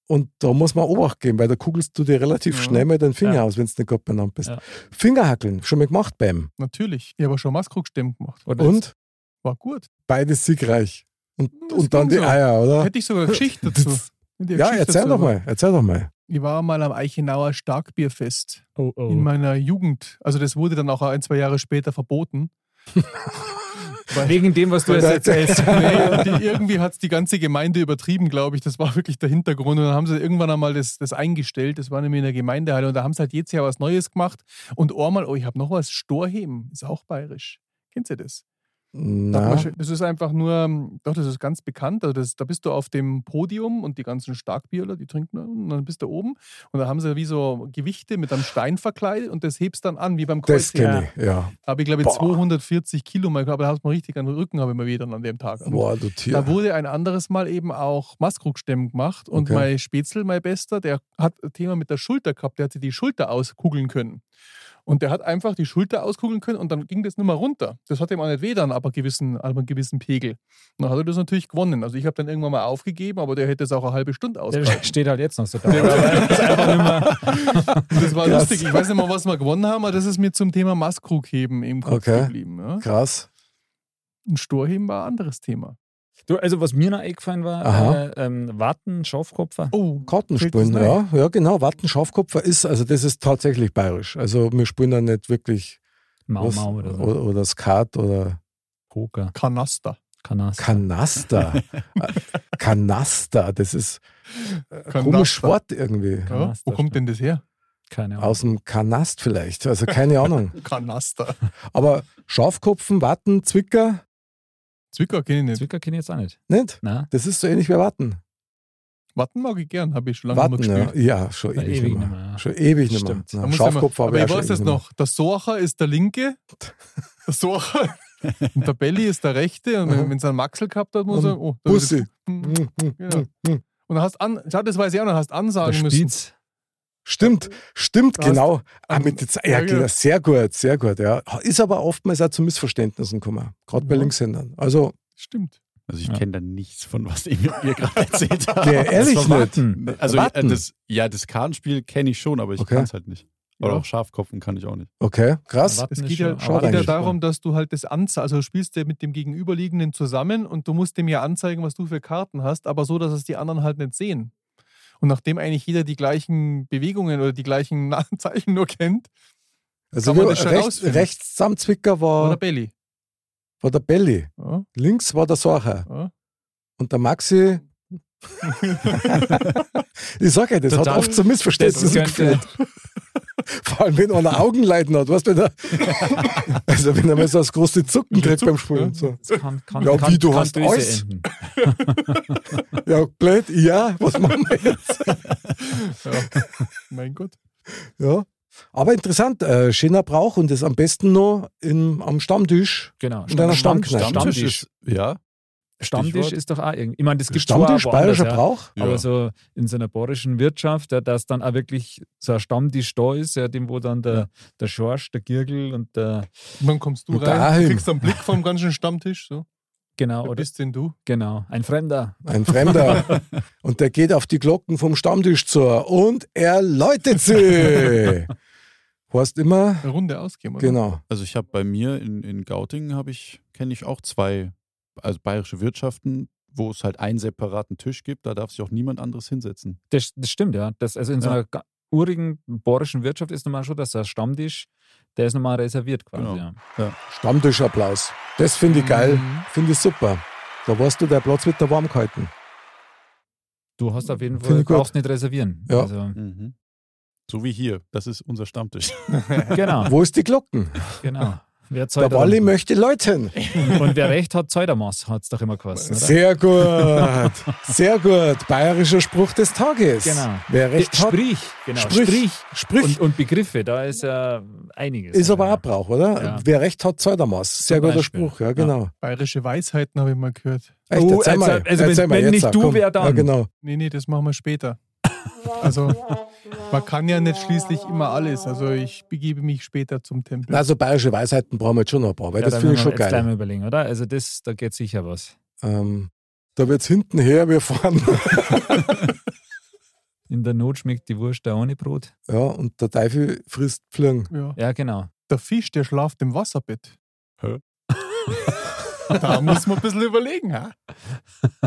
S1: Und da muss man Obacht geben, weil da kugelst du dir relativ
S5: Mhm. Ja.
S1: schnell mal deinen Finger
S3: Ja.
S1: aus, wenn du nicht gerade benannt bist.
S3: Ja.
S1: Fingerhackeln, schon mal gemacht beim.
S5: Natürlich. Ich habe auch schon Maskrug-Stimmen gemacht.
S3: oder
S1: Und
S5: War gut.
S1: beides siegreich. Und,
S5: Das
S1: und dann
S5: ging
S1: die
S5: so.
S1: Eier, oder?
S5: Hätte ich sogar eine Geschichte dazu. Hätte ich eine
S1: Ja,
S5: Geschichte
S1: erzähl
S5: dazu.
S1: doch mal, erzähl doch mal.
S5: Ich war mal am Eichenauer Starkbierfest
S3: Oh, oh.
S5: in meiner Jugend. Also das wurde dann auch ein, zwei Jahre später verboten.
S3: Wegen dem, was du jetzt erzählst.
S5: Nee, die, irgendwie hat es die ganze Gemeinde übertrieben, glaube ich. Das war wirklich der Hintergrund. Und dann haben sie irgendwann einmal das, das eingestellt. Das war nämlich in der Gemeindehalle. Und da haben sie halt jedes Jahr was Neues gemacht. Und einmal, oh, ich habe noch was. Storheben ist auch bayerisch. Kennst du das? Sag mal
S1: Na,
S5: schön, Das ist einfach nur, ähm, doch, das ist ganz bekannt. Also das, da bist du auf dem Podium und die ganzen Starkbierler, die trinken dann, und dann bist du oben und da haben sie wie so Gewichte mit einem Stein verkleidet und das hebst dann an, wie beim
S1: das
S5: Kreuzheben.
S1: kenne ich, ja.
S5: Da habe ich, glaube ich,
S1: Boah.
S5: 240 Kilo mal gehabt, aber da hast du mal richtig an den Rücken, habe ich mal wieder an dem Tag.
S1: Boah, du Tier.
S5: Da wurde ein anderes Mal eben auch Maskrugstämmen gemacht und
S1: Okay.
S5: mein Spätzl, mein Bester, der hat ein Thema mit der Schulter gehabt, der hat sich die Schulter auskugeln können. Und der hat einfach die Schulter auskugeln können und dann ging das nicht mehr runter. Das hat ihm auch nicht weh dann, aber gewissen, aber einen gewissen Pegel. Und dann hat er das natürlich gewonnen. Also ich habe dann irgendwann mal aufgegeben, aber der hätte es auch eine halbe Stunde ausgehalten.
S3: Der steht halt jetzt noch so da. Das ist einfach nicht mehr.
S5: Das war
S1: Krass.
S5: lustig. Ich weiß nicht mal, was wir gewonnen haben, aber das ist mir zum Thema Maskrugheben im Kopf
S1: Okay.
S5: geblieben. Ja?
S1: Krass.
S5: Ein Storheben war ein anderes Thema.
S3: Du, also, was mir noch eingefallen
S1: Aha.
S3: war, äh, ähm, Watten, Schafkopfer.
S5: Oh,
S1: Kartenspielen,
S5: Fällt das
S1: ja. Ja, genau. Watten, Schafkopfer ist, also das ist tatsächlich bayerisch. Also wir spielen da nicht wirklich
S3: Mau
S1: was-
S3: Mau oder so.
S1: oder, oder Skat oder
S3: Poker,
S5: Kanaster.
S3: Kanast.
S1: Kanaster. Äh, Kanaster, das ist ein
S5: Kanaster.
S1: komisches Wort irgendwie.
S5: Ja?
S3: Kanaster,
S5: Wo kommt denn das her?
S3: Keine Ahnung.
S1: Aus dem Kanast vielleicht, also keine Ahnung.
S5: Kanaster.
S1: Aber Schafkopfen, Watten, Zwicker,
S5: Zwicker kenne ich nicht.
S3: Zwicker kenne ich jetzt auch nicht.
S1: nicht?
S3: Na,
S1: Das ist so ähnlich wie Watten.
S5: Watten mag ich gern, habe ich schon lange
S1: Watten,
S5: nicht mehr
S1: ja.
S5: gespielt.
S1: ja, schon
S3: Na,
S1: ewig,
S3: ewig
S1: nicht mehr.
S3: nicht mehr, ja.
S1: Schon ewig nicht mehr.
S3: Stimmt.
S1: Na,
S5: Da muss ich
S1: Schafkopf
S5: immer-
S1: habe
S5: aber
S1: ich
S5: ich
S1: auch
S5: weiß
S1: schon
S5: es
S1: ewig nicht
S5: noch. Der Sorcher ist der linke, der Sorcher und der Belly ist der rechte. Und wenn es einen Maxel gehabt hat, muss
S1: Und
S5: er. Oh, da ist
S1: Bussi.
S5: es-
S1: mehr. Hm, hm,
S5: Genau.
S1: hm.
S5: Und dann hast an, schau, das weiß ich auch noch, hast
S3: der
S5: ansagen müssen.
S3: Spitz.
S1: Stimmt, stimmt,
S5: Da hast-
S1: genau. Ah, mit der Ze- ja,
S5: Ja, genau.
S1: genau. Sehr gut, sehr gut. Ja. Ist aber oftmals auch zu Missverständnissen gekommen, gerade bei
S5: Ja.
S1: Linkshändern. Also,
S5: Stimmt.
S4: Also ich
S3: Ja.
S4: kenne da nichts von, was ihr mir gerade erzählt habt.
S1: geh ehrlich
S3: Das war
S1: nicht.
S3: ne- Watten.
S4: Also äh,
S1: Watten.
S4: das, ja, das Kartenspiel kenne ich schon, aber ich
S1: Okay.
S4: kann es halt nicht. Oder
S5: Ja.
S4: auch Schafkopfen kann ich auch nicht.
S1: Okay, krass.
S3: Watten
S5: Es
S3: ist
S5: geht
S3: schon-
S5: ja,
S1: schon
S3: aber
S5: geht ja
S1: eigentlich.
S5: darum, dass du halt das anzeigst. Also du spielst ja mit dem Gegenüberliegenden zusammen und du musst dem ja anzeigen, was du für Karten hast, aber so, dass es die anderen halt nicht sehen. Und nachdem eigentlich jeder die gleichen Bewegungen oder die gleichen Zeichen nur kennt,
S1: Also
S5: Kann man
S1: wir-
S5: das schon
S1: rechts,
S5: rausfinden?
S1: rechts am Zwicker
S5: war der
S1: war,
S5: Belly.
S1: war der Belly,
S5: Ja,
S1: links war der Sorcher
S5: ja.
S1: und der Maxi. ich sag ja, das
S3: Total.
S1: hat oft zu
S3: Das
S1: Missverständnissen
S3: könnte-
S1: geführt. Vor allem, wenn einer Augenleiden hat. Weißt, du, wenn er, also wenn er mal so das große Zucken kriegt beim Spielen. So.
S3: Das kann, kann,
S1: Ja,
S3: kann,
S1: wie, du
S3: kann
S1: hast
S3: böse
S1: alles.
S3: enden.
S1: Ja, blöd, ja, was machen wir jetzt?
S5: Mein Gott.
S1: Ja. Aber interessant, äh, schöner Brauch und das am besten noch im, am Stammtisch.
S3: Genau.
S1: In deiner
S3: Stamm-
S1: Stammkneipe.
S3: Stammtisch,
S4: Stammtisch ist, ja,
S3: Stammtisch
S4: Stichwort.
S3: ist doch auch irgendwie. Ich meine, das gibt
S1: Stammtisch,
S3: schon auch woanders,
S1: bayerischer
S3: ja.
S1: Brauch?
S4: Ja.
S3: Aber so in so einer bayerischen Wirtschaft, ja, dass dann auch wirklich so ein Stammtisch da ist, ja, dem, wo dann der, der Schorsch, der Girgel und der,
S5: Wann kommst du
S1: Und
S5: rein?
S1: daheim.
S5: Du kriegst einen Blick vom ganzen Stammtisch. So.
S3: genau,
S5: Wer
S3: oder,
S5: bist denn du?
S3: genau, ein Fremder.
S1: Ein Fremder. und der geht auf die Glocken vom Stammtisch zur und er läutet sie. Horst immer,
S5: Eine Runde ausgehen, oder?
S1: genau.
S4: also ich habe bei mir in, in Gauting habe ich, kenne ich auch zwei, also bayerische Wirtschaften, wo es halt einen separaten Tisch gibt, da darf sich auch niemand anderes hinsetzen.
S3: Das, das stimmt, ja. Das, also in so
S4: Ja.
S3: einer ga- urigen bayerischen Wirtschaft ist normal schon, dass der Stammtisch, der ist normal reserviert quasi.
S4: Genau.
S3: Ja.
S1: Stammtischapplaus. Das finde ich geil.
S5: Mhm.
S1: Finde ich super. Da warst du, der Platz wird da warm gehalten.
S3: Du hast auf jeden
S1: Finde
S3: Fall,
S1: ich gut.
S3: brauchst nicht reservieren.
S1: Ja.
S3: Also,
S4: Mhm. So wie hier, das ist unser Stammtisch.
S3: genau,
S1: Wo ist die Glocken?
S3: genau. Wer
S1: Der
S3: zahlt
S1: Walli
S3: am-
S1: möchte läuten.
S3: Und wer recht hat, zahlt am Maß, hat es doch immer geheißen, oder?
S1: Sehr gut. Sehr gut. Bayerischer Spruch des Tages.
S3: Genau.
S1: Wer recht hat,
S3: Sprich, genau.
S1: Sprich. sprich.
S3: Und, und Begriffe, da ist ja einiges.
S1: Ist aber
S3: ja.
S1: Abbrauch, oder?
S3: Ja.
S1: Wer recht hat, zahlt am Maß. Sehr
S3: Zum
S1: guter
S3: Beispiel.
S1: Spruch, ja, genau.
S5: Bayerische Weisheiten habe ich mal gehört.
S1: Echt,
S3: Oh,
S1: erzähl
S3: also-
S1: mal.
S3: also
S1: erzähl
S3: wenn-
S1: mal
S3: wenn
S1: jetzt,
S3: nicht
S1: sag,
S3: du,
S1: komm.
S3: wer dann?
S1: Ja, genau.
S5: Nee, nee, das machen wir später. Also, man kann ja nicht schließlich immer alles. Also, ich begebe mich später zum Tempel.
S1: Also bayerische Weisheiten brauchen wir jetzt schon noch ein paar, weil
S3: Ja,
S1: das
S3: da
S1: finde ich
S3: müssen
S1: schon
S3: wir jetzt gleich
S1: geil.
S3: mal überlegen, oder? Also das, da geht sicher was.
S1: Ähm, da wird's hinten her, wir fahren.
S3: In der Not schmeckt die Wurst da ohne Brot.
S1: ja, und der Teufel frisst Pflüng.
S5: ja.
S3: Ja, genau.
S5: Der Fisch, der schlaft im Wasserbett.
S4: Hä?
S5: da muss man ein bisschen überlegen. Ha?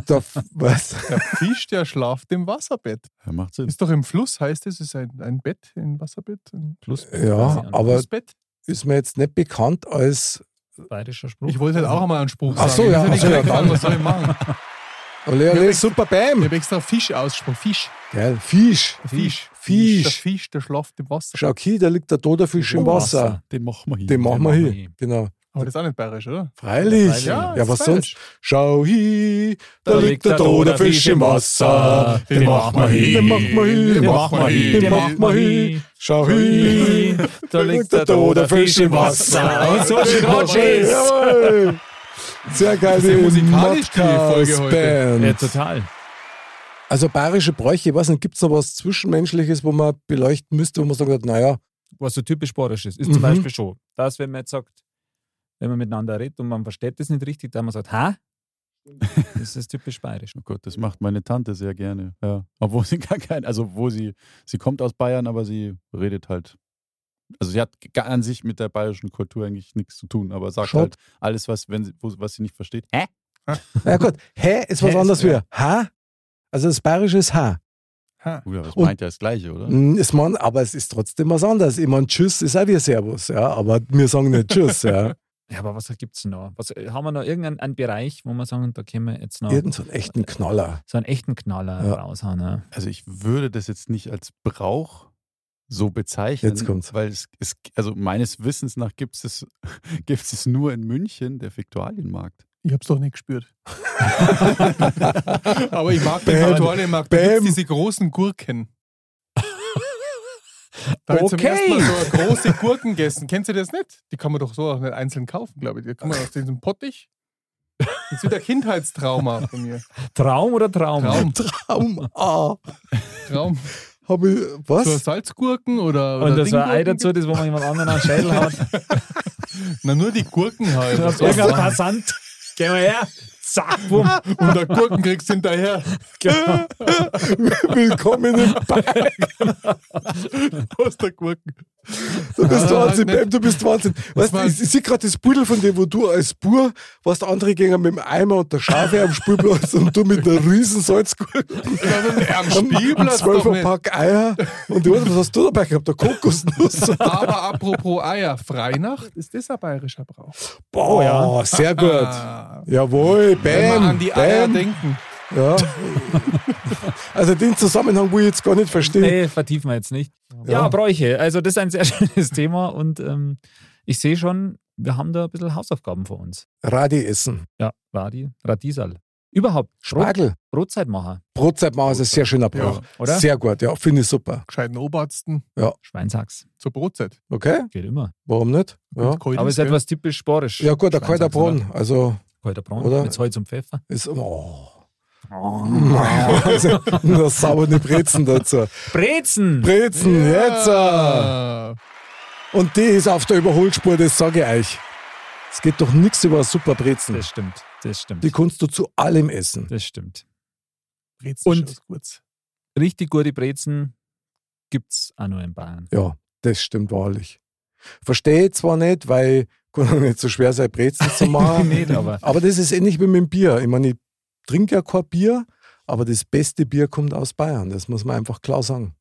S1: Der, F- was?
S5: Der Fisch, der schlaft im Wasserbett.
S4: Ja, macht Sinn.
S5: Ist doch im Fluss, heißt es, ist ein, ein Bett, ein Wasserbett. Ein
S3: Plus
S1: Ja, aber
S5: Flussbett.
S1: ist mir jetzt nicht bekannt als.
S3: bayerischer Spruch.
S5: Ich wollte halt auch einmal einen Spruch
S1: Ach
S5: sagen.
S1: so,
S5: Mir
S1: ja,
S5: ist nicht
S1: ach so, ja,
S5: eingefallen,
S1: dann.
S5: was soll ich machen?
S1: Ole, ole,
S5: Ja,
S1: super
S5: Ich
S1: Bam!
S5: habe extra Fisch ausgesprochen. Fisch.
S1: Geil, Fisch.
S5: Der Fisch.
S1: Fisch.
S5: Der Fisch, der schlaft im Wasser.
S1: Schau, hier, da liegt der tote Fisch im Wasser.
S4: Den machen wir hier.
S1: Den machen wir
S3: machen
S1: hier.
S3: wir hier.
S1: Genau.
S5: Aber das ist auch nicht bayerisch, oder?
S1: Freilich.
S3: Ja,
S1: Ja,
S5: ist
S1: was
S5: bayerisch.
S1: sonst? Schau hier, da liegt der tote Fisch im Wasser. Den machen wir hier. Den machen wir hier. Den machen wir hier. Den machen wir hier. Schau hier.
S3: Da liegt der tote Fisch im Wasser. Und so schön
S1: Ja, schön.
S3: ist.
S1: Jawohl. Sehr geil,
S5: ist ja musikalisch, die Folge heute.
S3: Ja,
S1: Band.
S3: total.
S1: Also bayerische Bräuche, ich weiß nicht, gibt es noch was Zwischenmenschliches, wo man beleuchten müsste, wo man sagt, naja,
S3: Was so typisch bayerisch ist, ist zum
S1: Mhm.
S3: Beispiel schon, dass wenn man jetzt sagt, wenn man miteinander redet und man versteht das nicht richtig, dann man sagt, ha? Das ist typisch bayerisch.
S4: Oh Gott, das macht meine Tante sehr gerne. Ja. Obwohl sie gar kein, also wo sie, sie kommt aus Bayern, aber sie redet halt. Also sie hat g- an sich mit der bayerischen Kultur eigentlich nichts zu tun, aber sagt
S1: Schaut.
S4: halt alles, was, wenn sie, wo, was sie nicht versteht. Hä?
S1: na gut, hä ist was
S3: Hä ist-
S1: anderes wie ha. Also das bayerische ist ha.
S5: Ha.
S4: Oder das
S1: Und-
S4: meint Oh ja das Gleiche, oder?
S1: Mm, Ist man, aber es ist trotzdem was anderes. Ich meine, Tschüss ist auch wie Servus, ja, aber wir sagen nicht Tschüss, ja.
S3: Ja, aber was gibt es noch? Was, äh, haben wir noch irgendeinen einen Bereich, wo wir sagen, da können wir jetzt noch
S1: Irgend so einen echten Knaller.
S3: so einen echten Knaller
S1: Ja.
S3: raushauen? Ne?
S4: Also ich würde das jetzt nicht als Brauch so bezeichnen.
S1: Jetzt kommt's.
S4: Weil es, es also meines Wissens nach gibt es das- gibt's es nur in München, der Viktualienmarkt.
S5: Ich hab's doch nicht gespürt. Aber ich mag den
S1: Bam.
S5: Autorenmarkt. Da
S1: Bam.
S5: gibt's diese großen Gurken. Da hab ich zum
S3: Okay.
S5: ersten Mal so eine große Gurken gegessen. Kennst du das nicht? Die kann man doch so auch nicht einzeln kaufen, glaube ich. Die kann man aus diesem Pottich. Das ist wieder Kindheitstrauma von mir.
S3: Traum oder Traum?
S5: Traum.
S1: Traum. Ah,
S5: Traum.
S1: hab ich, was?
S5: So Salzgurken oder. oder
S3: Und das war Ei
S5: Dinggurken.
S3: dazu, das wo man jemand anderen an den Schädel hat.
S5: Na, nur die Gurken halt.
S3: Und
S5: Was soll's
S3: irgendein
S5: machen?
S3: Passant. Geh mal her. Zack, bumm.
S5: Und der Gurken kriegst du hinterher.
S3: Genau.
S1: Willkommen im Bayern.
S5: Aus der Gurken.
S1: Du bist
S5: Ja,
S1: Wahnsinn,
S5: Ah, nicht.
S1: Bam, du bist Wahnsinn. Weißt du,
S5: war-
S1: ich, ich sehe gerade das Pudel von dem, wo du als Bur warst, andere Gänger mit dem Eimer und der Schafe am Spielplatz und du mit der riesen Salzgurke
S5: Am
S1: am
S5: Spielplatz doch nicht.
S1: Zwölferpack Eier und ich weiß, nicht, was hast du dabei gehabt? Der Kokosnuss.
S5: Aber apropos Eier, Freinacht ist das ein bayerischer Brauch.
S1: Boah, ja. sehr gut.
S5: Ah.
S1: Jawohl,
S5: Wenn
S1: Bam,
S5: wir an die Eier
S1: Bam.
S5: denken.
S1: Ja. Also den Zusammenhang will ich jetzt gar nicht verstehen.
S3: Nee, vertiefen wir jetzt nicht. Ja,
S1: Ja.
S3: Bräuche. Also, das ist ein sehr schönes Thema und ähm, ich sehe schon, wir haben da ein bisschen Hausaufgaben vor uns.
S1: Radi essen.
S3: Ja, Radi, Radisal. Überhaupt, Brot,
S1: Spargel.
S3: Brotzeitmacher,
S1: Brotzeitmacher ist ein sehr schöner Brauch.
S3: oder?
S1: Sehr gut, ja, finde ich super.
S5: Gescheiten Obersten
S3: Schweinshax,
S5: zur Brotzeit.
S1: Okay,
S3: geht immer.
S1: warum nicht? Ja,
S5: Und Keulings,
S3: Aber ist
S5: gell?
S3: etwas typisch sporisch.
S1: ja gut, ein kalter
S3: Schweinshax, oder?
S1: Braun. Also,
S3: Kalter Braun,
S1: Oder?
S3: mit Salz und Pfeffer.
S1: ist. Oh. also, nur saubere Brezen dazu.
S3: Brezen!
S1: Brezen, jetzt! äh.
S5: Ah,
S1: Und die ist auf der Überholspur, das sage ich euch. Es geht doch nichts über eine super Brezen.
S3: Das stimmt, das stimmt,
S1: Die kannst du zu allem essen.
S3: das stimmt.
S5: Brezen
S3: Und-
S5: schaut's gut.
S3: Richtig gute Brezen gibt's auch nur in Bayern.
S1: Ja, das stimmt wahrlich. Verstehe ich zwar nicht, weil kann auch nicht so schwer sein, Brezen zu machen.
S3: Nicht, aber
S1: Aber das ist ähnlich wie mit dem Bier. Ich meine, ich trinke ja kein Bier, aber das beste Bier kommt aus Bayern. Das muss man einfach klar sagen.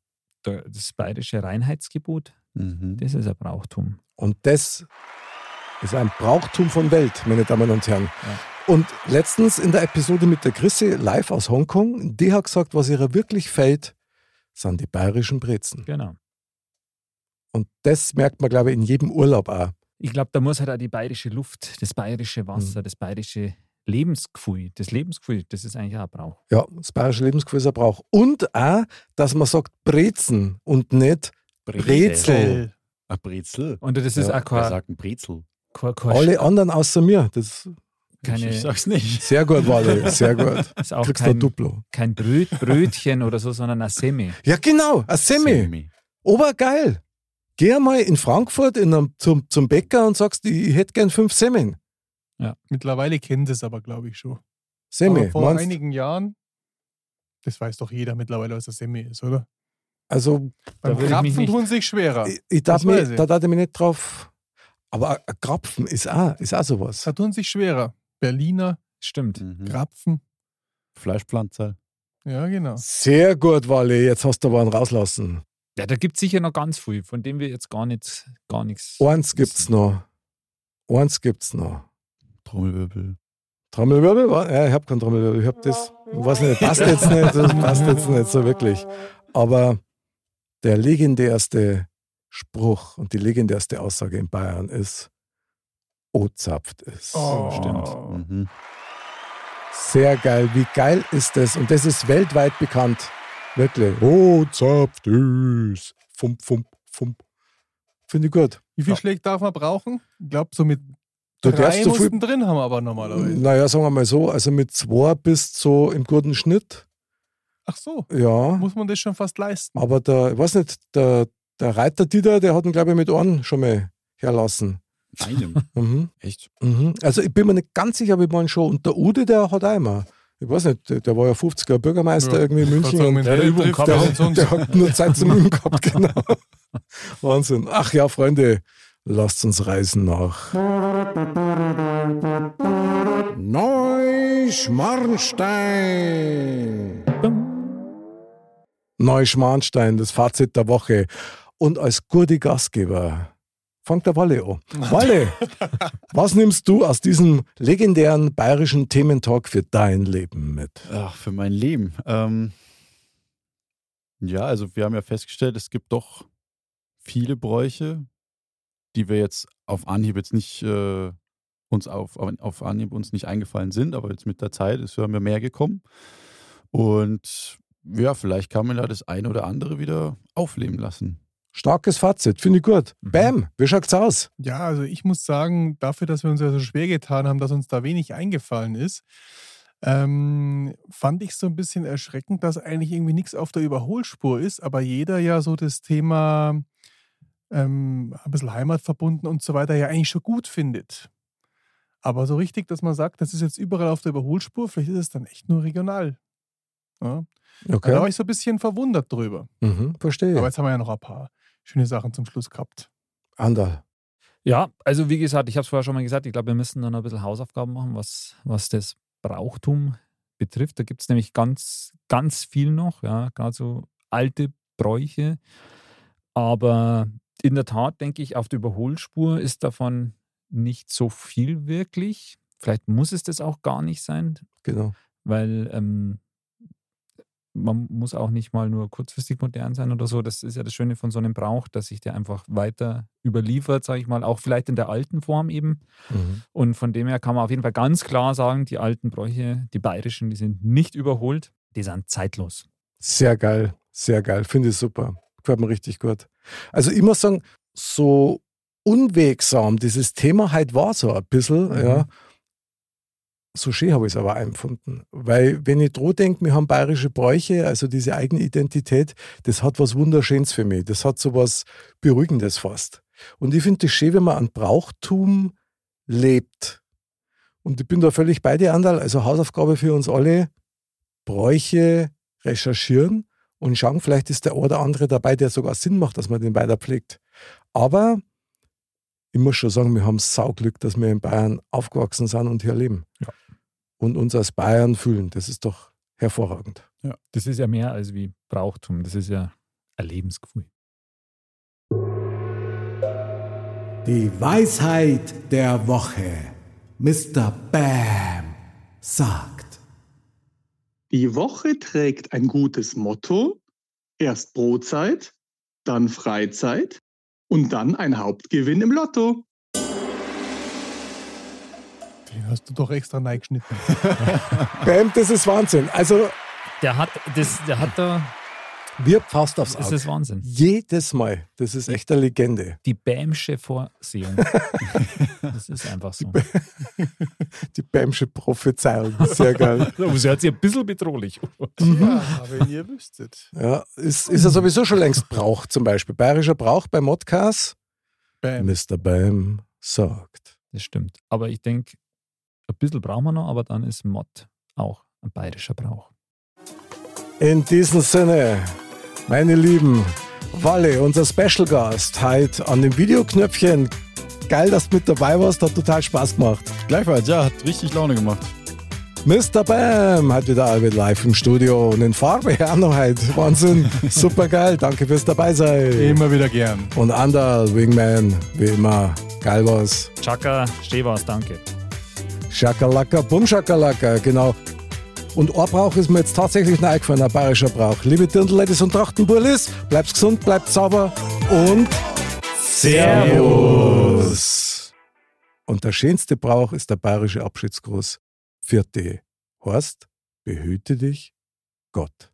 S3: da- das bayerische Reinheitsgebot,
S4: Mhm.
S3: das ist ein Brauchtum.
S1: Und das ist ein Brauchtum von Welt, meine Damen und Herren. Und letztens in der Episode mit der Chrissy live aus Hongkong, die hat gesagt, was ihrer wirklich fehlt, sind die bayerischen Brezen.
S3: Genau.
S1: Und das merkt man, glaube ich, in jedem Urlaub auch.
S3: Ich glaube, da muss halt auch die bayerische Luft, das bayerische
S1: Mhm.
S3: Wasser, das bayerische Lebensgefühl, das Lebensgefühl, das ist eigentlich auch ein Brauch.
S1: Ja, das bayerische Lebensgefühl ist ein Brauch. Und auch, dass man sagt Brezen und nicht Brezel.
S5: Brezel.
S4: Ach, Brezel.
S3: Und das ist
S1: Ja,
S3: auch
S4: Wer
S3: kein,
S4: sagt ein Brezel?
S3: kein, kein,
S1: Alle anderen außer mir. Das
S3: keine,
S4: Ich sag's nicht.
S1: Sehr gut, Wally, sehr gut.
S3: ist auch
S1: Kriegst du ein
S3: kein,
S1: Duplo.
S3: kein Bröt, Brötchen oder so, sondern eine Semi.
S1: Ja, genau, ein Semi. Obergeil. Geh mal in Frankfurt in einem, zum, zum Bäcker und sagst, ich hätte gern fünf Semmeln.
S5: Mittlerweile kennen sie es aber, glaube ich, schon.
S1: Semmel,
S5: aber vor
S1: meinst
S5: einigen Jahren, das weiß doch jeder mittlerweile, was das Semi ist, oder?
S1: Also,
S3: würde
S5: Beim
S3: ich mich
S5: Krapfen
S3: nicht-
S5: tun sich schwerer.
S1: ich, ich darf
S5: das
S1: mich,
S5: weiß ich.
S1: da darf ich mich nicht drauf. Aber ein Krapfen ist auch, ist auch sowas.
S5: Da tun sich schwerer. Berliner,
S3: Stimmt.
S4: Mhm.
S5: Krapfen.
S4: Fleischpflanzer.
S5: Ja, genau.
S1: Sehr gut, Wally, jetzt hast du aber einen rauslassen.
S3: Ja, da gibt es sicher noch ganz viel, von dem wir jetzt gar nichts, gar nichts.
S1: Eins gibt's noch. Eins gibt's noch.
S4: Trommelwirbel.
S1: Trommelwirbel? Wa- Ja, ich habe keinen Trommelwirbel. Ich habe das, weiß nicht, passt jetzt nicht, das passt jetzt nicht so wirklich. Aber der legendärste Spruch und die legendärste Aussage in Bayern ist, O zapft es.
S5: Oh,
S3: stimmt.
S4: Mhm.
S1: Sehr geil, wie geil ist das? Und das ist weltweit bekannt. Wirklich. O zapft es. Fump, fump, fump. Finde ich gut.
S5: Wie viel
S1: Ja.
S5: Schläge darf man brauchen? Ich glaube, so mit
S1: Du
S5: drei
S1: darfst so viel
S5: mussten drin haben wir aber normalerweise.
S1: Naja, sagen wir mal so, also mit zwei bist so im guten Schnitt.
S5: Ach so,
S1: Ja.
S5: muss man das schon fast leisten.
S1: Aber der, ich weiß nicht, der, der Reiter Dieter, der hat ihn, glaube ich, mit Ohren schon mal herlassen.
S4: Einem.
S1: Mhm.
S4: Echt?
S1: Mhm. Also ich bin mir nicht ganz sicher, wie man schon. Und der Ude, der hat auch immer. Ich weiß nicht, der, der war ja 50er Bürgermeister irgendwie in München. und
S3: der Übung kann
S1: der,
S3: man
S1: hat- der hat nur Zeit zum Üben gehabt, genau. Wahnsinn. Ach ja, Freunde, lasst uns reisen nach.
S6: Neuschmarnstein.
S1: Neuschmarnstein, das Fazit der Woche. Und als gute Gastgeber fangt der Walle an. Walle, was nimmst du aus diesem legendären bayerischen Thementalk für dein Leben mit?
S4: Ach, für mein Leben. Ähm, ja, also wir haben ja festgestellt, es gibt doch viele Bräuche, die wir jetzt auf Anhieb jetzt nicht äh, uns auf, auf Anhieb uns nicht eingefallen sind, aber jetzt mit der Zeit ist wir haben ja mehr gekommen. Und ja, vielleicht kann man da das eine oder andere wieder aufleben lassen.
S1: Starkes Fazit, finde ich gut.
S3: Mhm.
S1: Bam, wie schaut's aus?
S5: Ja, also ich muss sagen, dafür, dass wir uns ja so schwer getan haben, dass uns da wenig eingefallen ist, ähm, fand ich so ein bisschen erschreckend, dass eigentlich irgendwie nichts auf der Überholspur ist, aber jeder ja so das Thema ähm, ein bisschen Heimat verbunden und so weiter ja eigentlich schon gut findet. Aber so richtig, dass man sagt, das ist jetzt überall auf der Überholspur, vielleicht ist es dann echt nur regional. Ja, Also Da war
S1: Okay,
S5: ich so ein bisschen verwundert drüber.
S1: mhm,
S5: Aber
S1: verstehe.
S5: jetzt haben wir ja noch ein paar schöne Sachen zum Schluss gehabt.
S1: Anderl.
S3: Ja, also wie gesagt, ich habe es vorher schon mal gesagt, ich glaube, wir müssen dann ein bisschen Hausaufgaben machen, was, was das Brauchtum betrifft. Da gibt es nämlich ganz, ganz viel noch, ja, gerade so alte Bräuche. Aber in der Tat denke ich, auf der Überholspur ist davon nicht so viel wirklich. Vielleicht muss es das auch gar nicht sein
S1: Genau.
S3: weil ähm, man muss auch nicht mal nur kurzfristig modern sein oder so. Das ist ja das Schöne von so einem Brauch, dass sich der einfach weiter überliefert, sage ich mal, auch vielleicht in der alten Form eben.
S1: Mhm.
S3: Und von dem her kann man auf jeden Fall ganz klar sagen, die alten Bräuche, die bayerischen, die sind nicht überholt, die sind zeitlos.
S1: Sehr geil, sehr geil. Finde ich super. Gefällt mir richtig gut. Also ich muss sagen, so unwegsam dieses Thema halt war so ein bisschen,
S3: Mhm.
S1: ja. So schön habe ich es aber empfunden. Weil wenn ich dran denke, wir haben bayerische Bräuche, also diese eigene Identität, das hat was Wunderschönes für mich. Das hat so was Beruhigendes fast. Und ich finde es schön, wenn man an Brauchtum lebt. Und ich bin da völlig bei dir, Andal. Also Hausaufgabe für uns alle, Bräuche recherchieren und schauen, vielleicht ist der ein oder andere dabei, der sogar Sinn macht, dass man den weiter pflegt. Aber ich muss schon sagen, wir haben Sauglück, dass wir in Bayern aufgewachsen sind und hier leben.
S3: Ja.
S1: Und uns als Bayern fühlen. Das ist doch hervorragend.
S3: Das ist ja mehr als wie Brauchtum, das ist ja ein Lebensgefühl.
S6: Die Weisheit der Woche. Mr. Bam sagt.
S8: Die Woche trägt ein gutes Motto. Erst Brotzeit, dann Freizeit und dann ein Hauptgewinn im Lotto.
S5: Den hast du doch extra neigeschnitten.
S1: Bam, das ist Wahnsinn. Also
S3: Der hat, das, der hat da,
S1: wir fast aufs
S3: das
S1: Auge.
S3: ist Wahnsinn.
S1: Jedes Mal. Das ist echt eine Legende.
S3: Die Bämsche Vorsehung. das ist einfach so.
S1: Die Bamsche Prophezeiung. Sehr geil.
S3: Aber sie hört sich ein bisschen bedrohlich.
S5: ja, wenn ihr wüsstet.
S1: Ja, ist, ist ja sowieso schon längst Brauch zum Beispiel. Bayerischer Brauch bei Modcast.
S5: Bam.
S1: Mr. Bam sagt.
S3: Das stimmt. Aber ich denke, ein bisschen brauchen wir noch, aber dann ist Mott auch ein bayerischer Brauch.
S1: In diesem Sinne, meine Lieben, Walle, unser Special Guest, halt an dem Videoknöpfchen. Geil, dass du mit dabei warst, hat total Spaß gemacht.
S4: Gleichfalls, ja, hat richtig Laune gemacht.
S1: Mr. Bam hat wieder Albert live im Studio und in Farbe auch noch heute. Wahnsinn, super geil, danke fürs dabei sein.
S5: Immer wieder gern.
S1: Und Ander, Wingman, wie immer, geil was.
S3: Chaka, steh was, danke.
S1: Schakalaka, Bumschakalaka, genau. Und ein Brauch ist mir jetzt tatsächlich noch eingefallen, ein bayerischer Brauch. Liebe Dirndl-Ladies und Trachtenburlis, bleibt's gesund, bleibt sauber und Servus! Und der schönste Brauch ist der bayerische Abschiedsgruß. Vierte. Horst, behüte dich, Gott.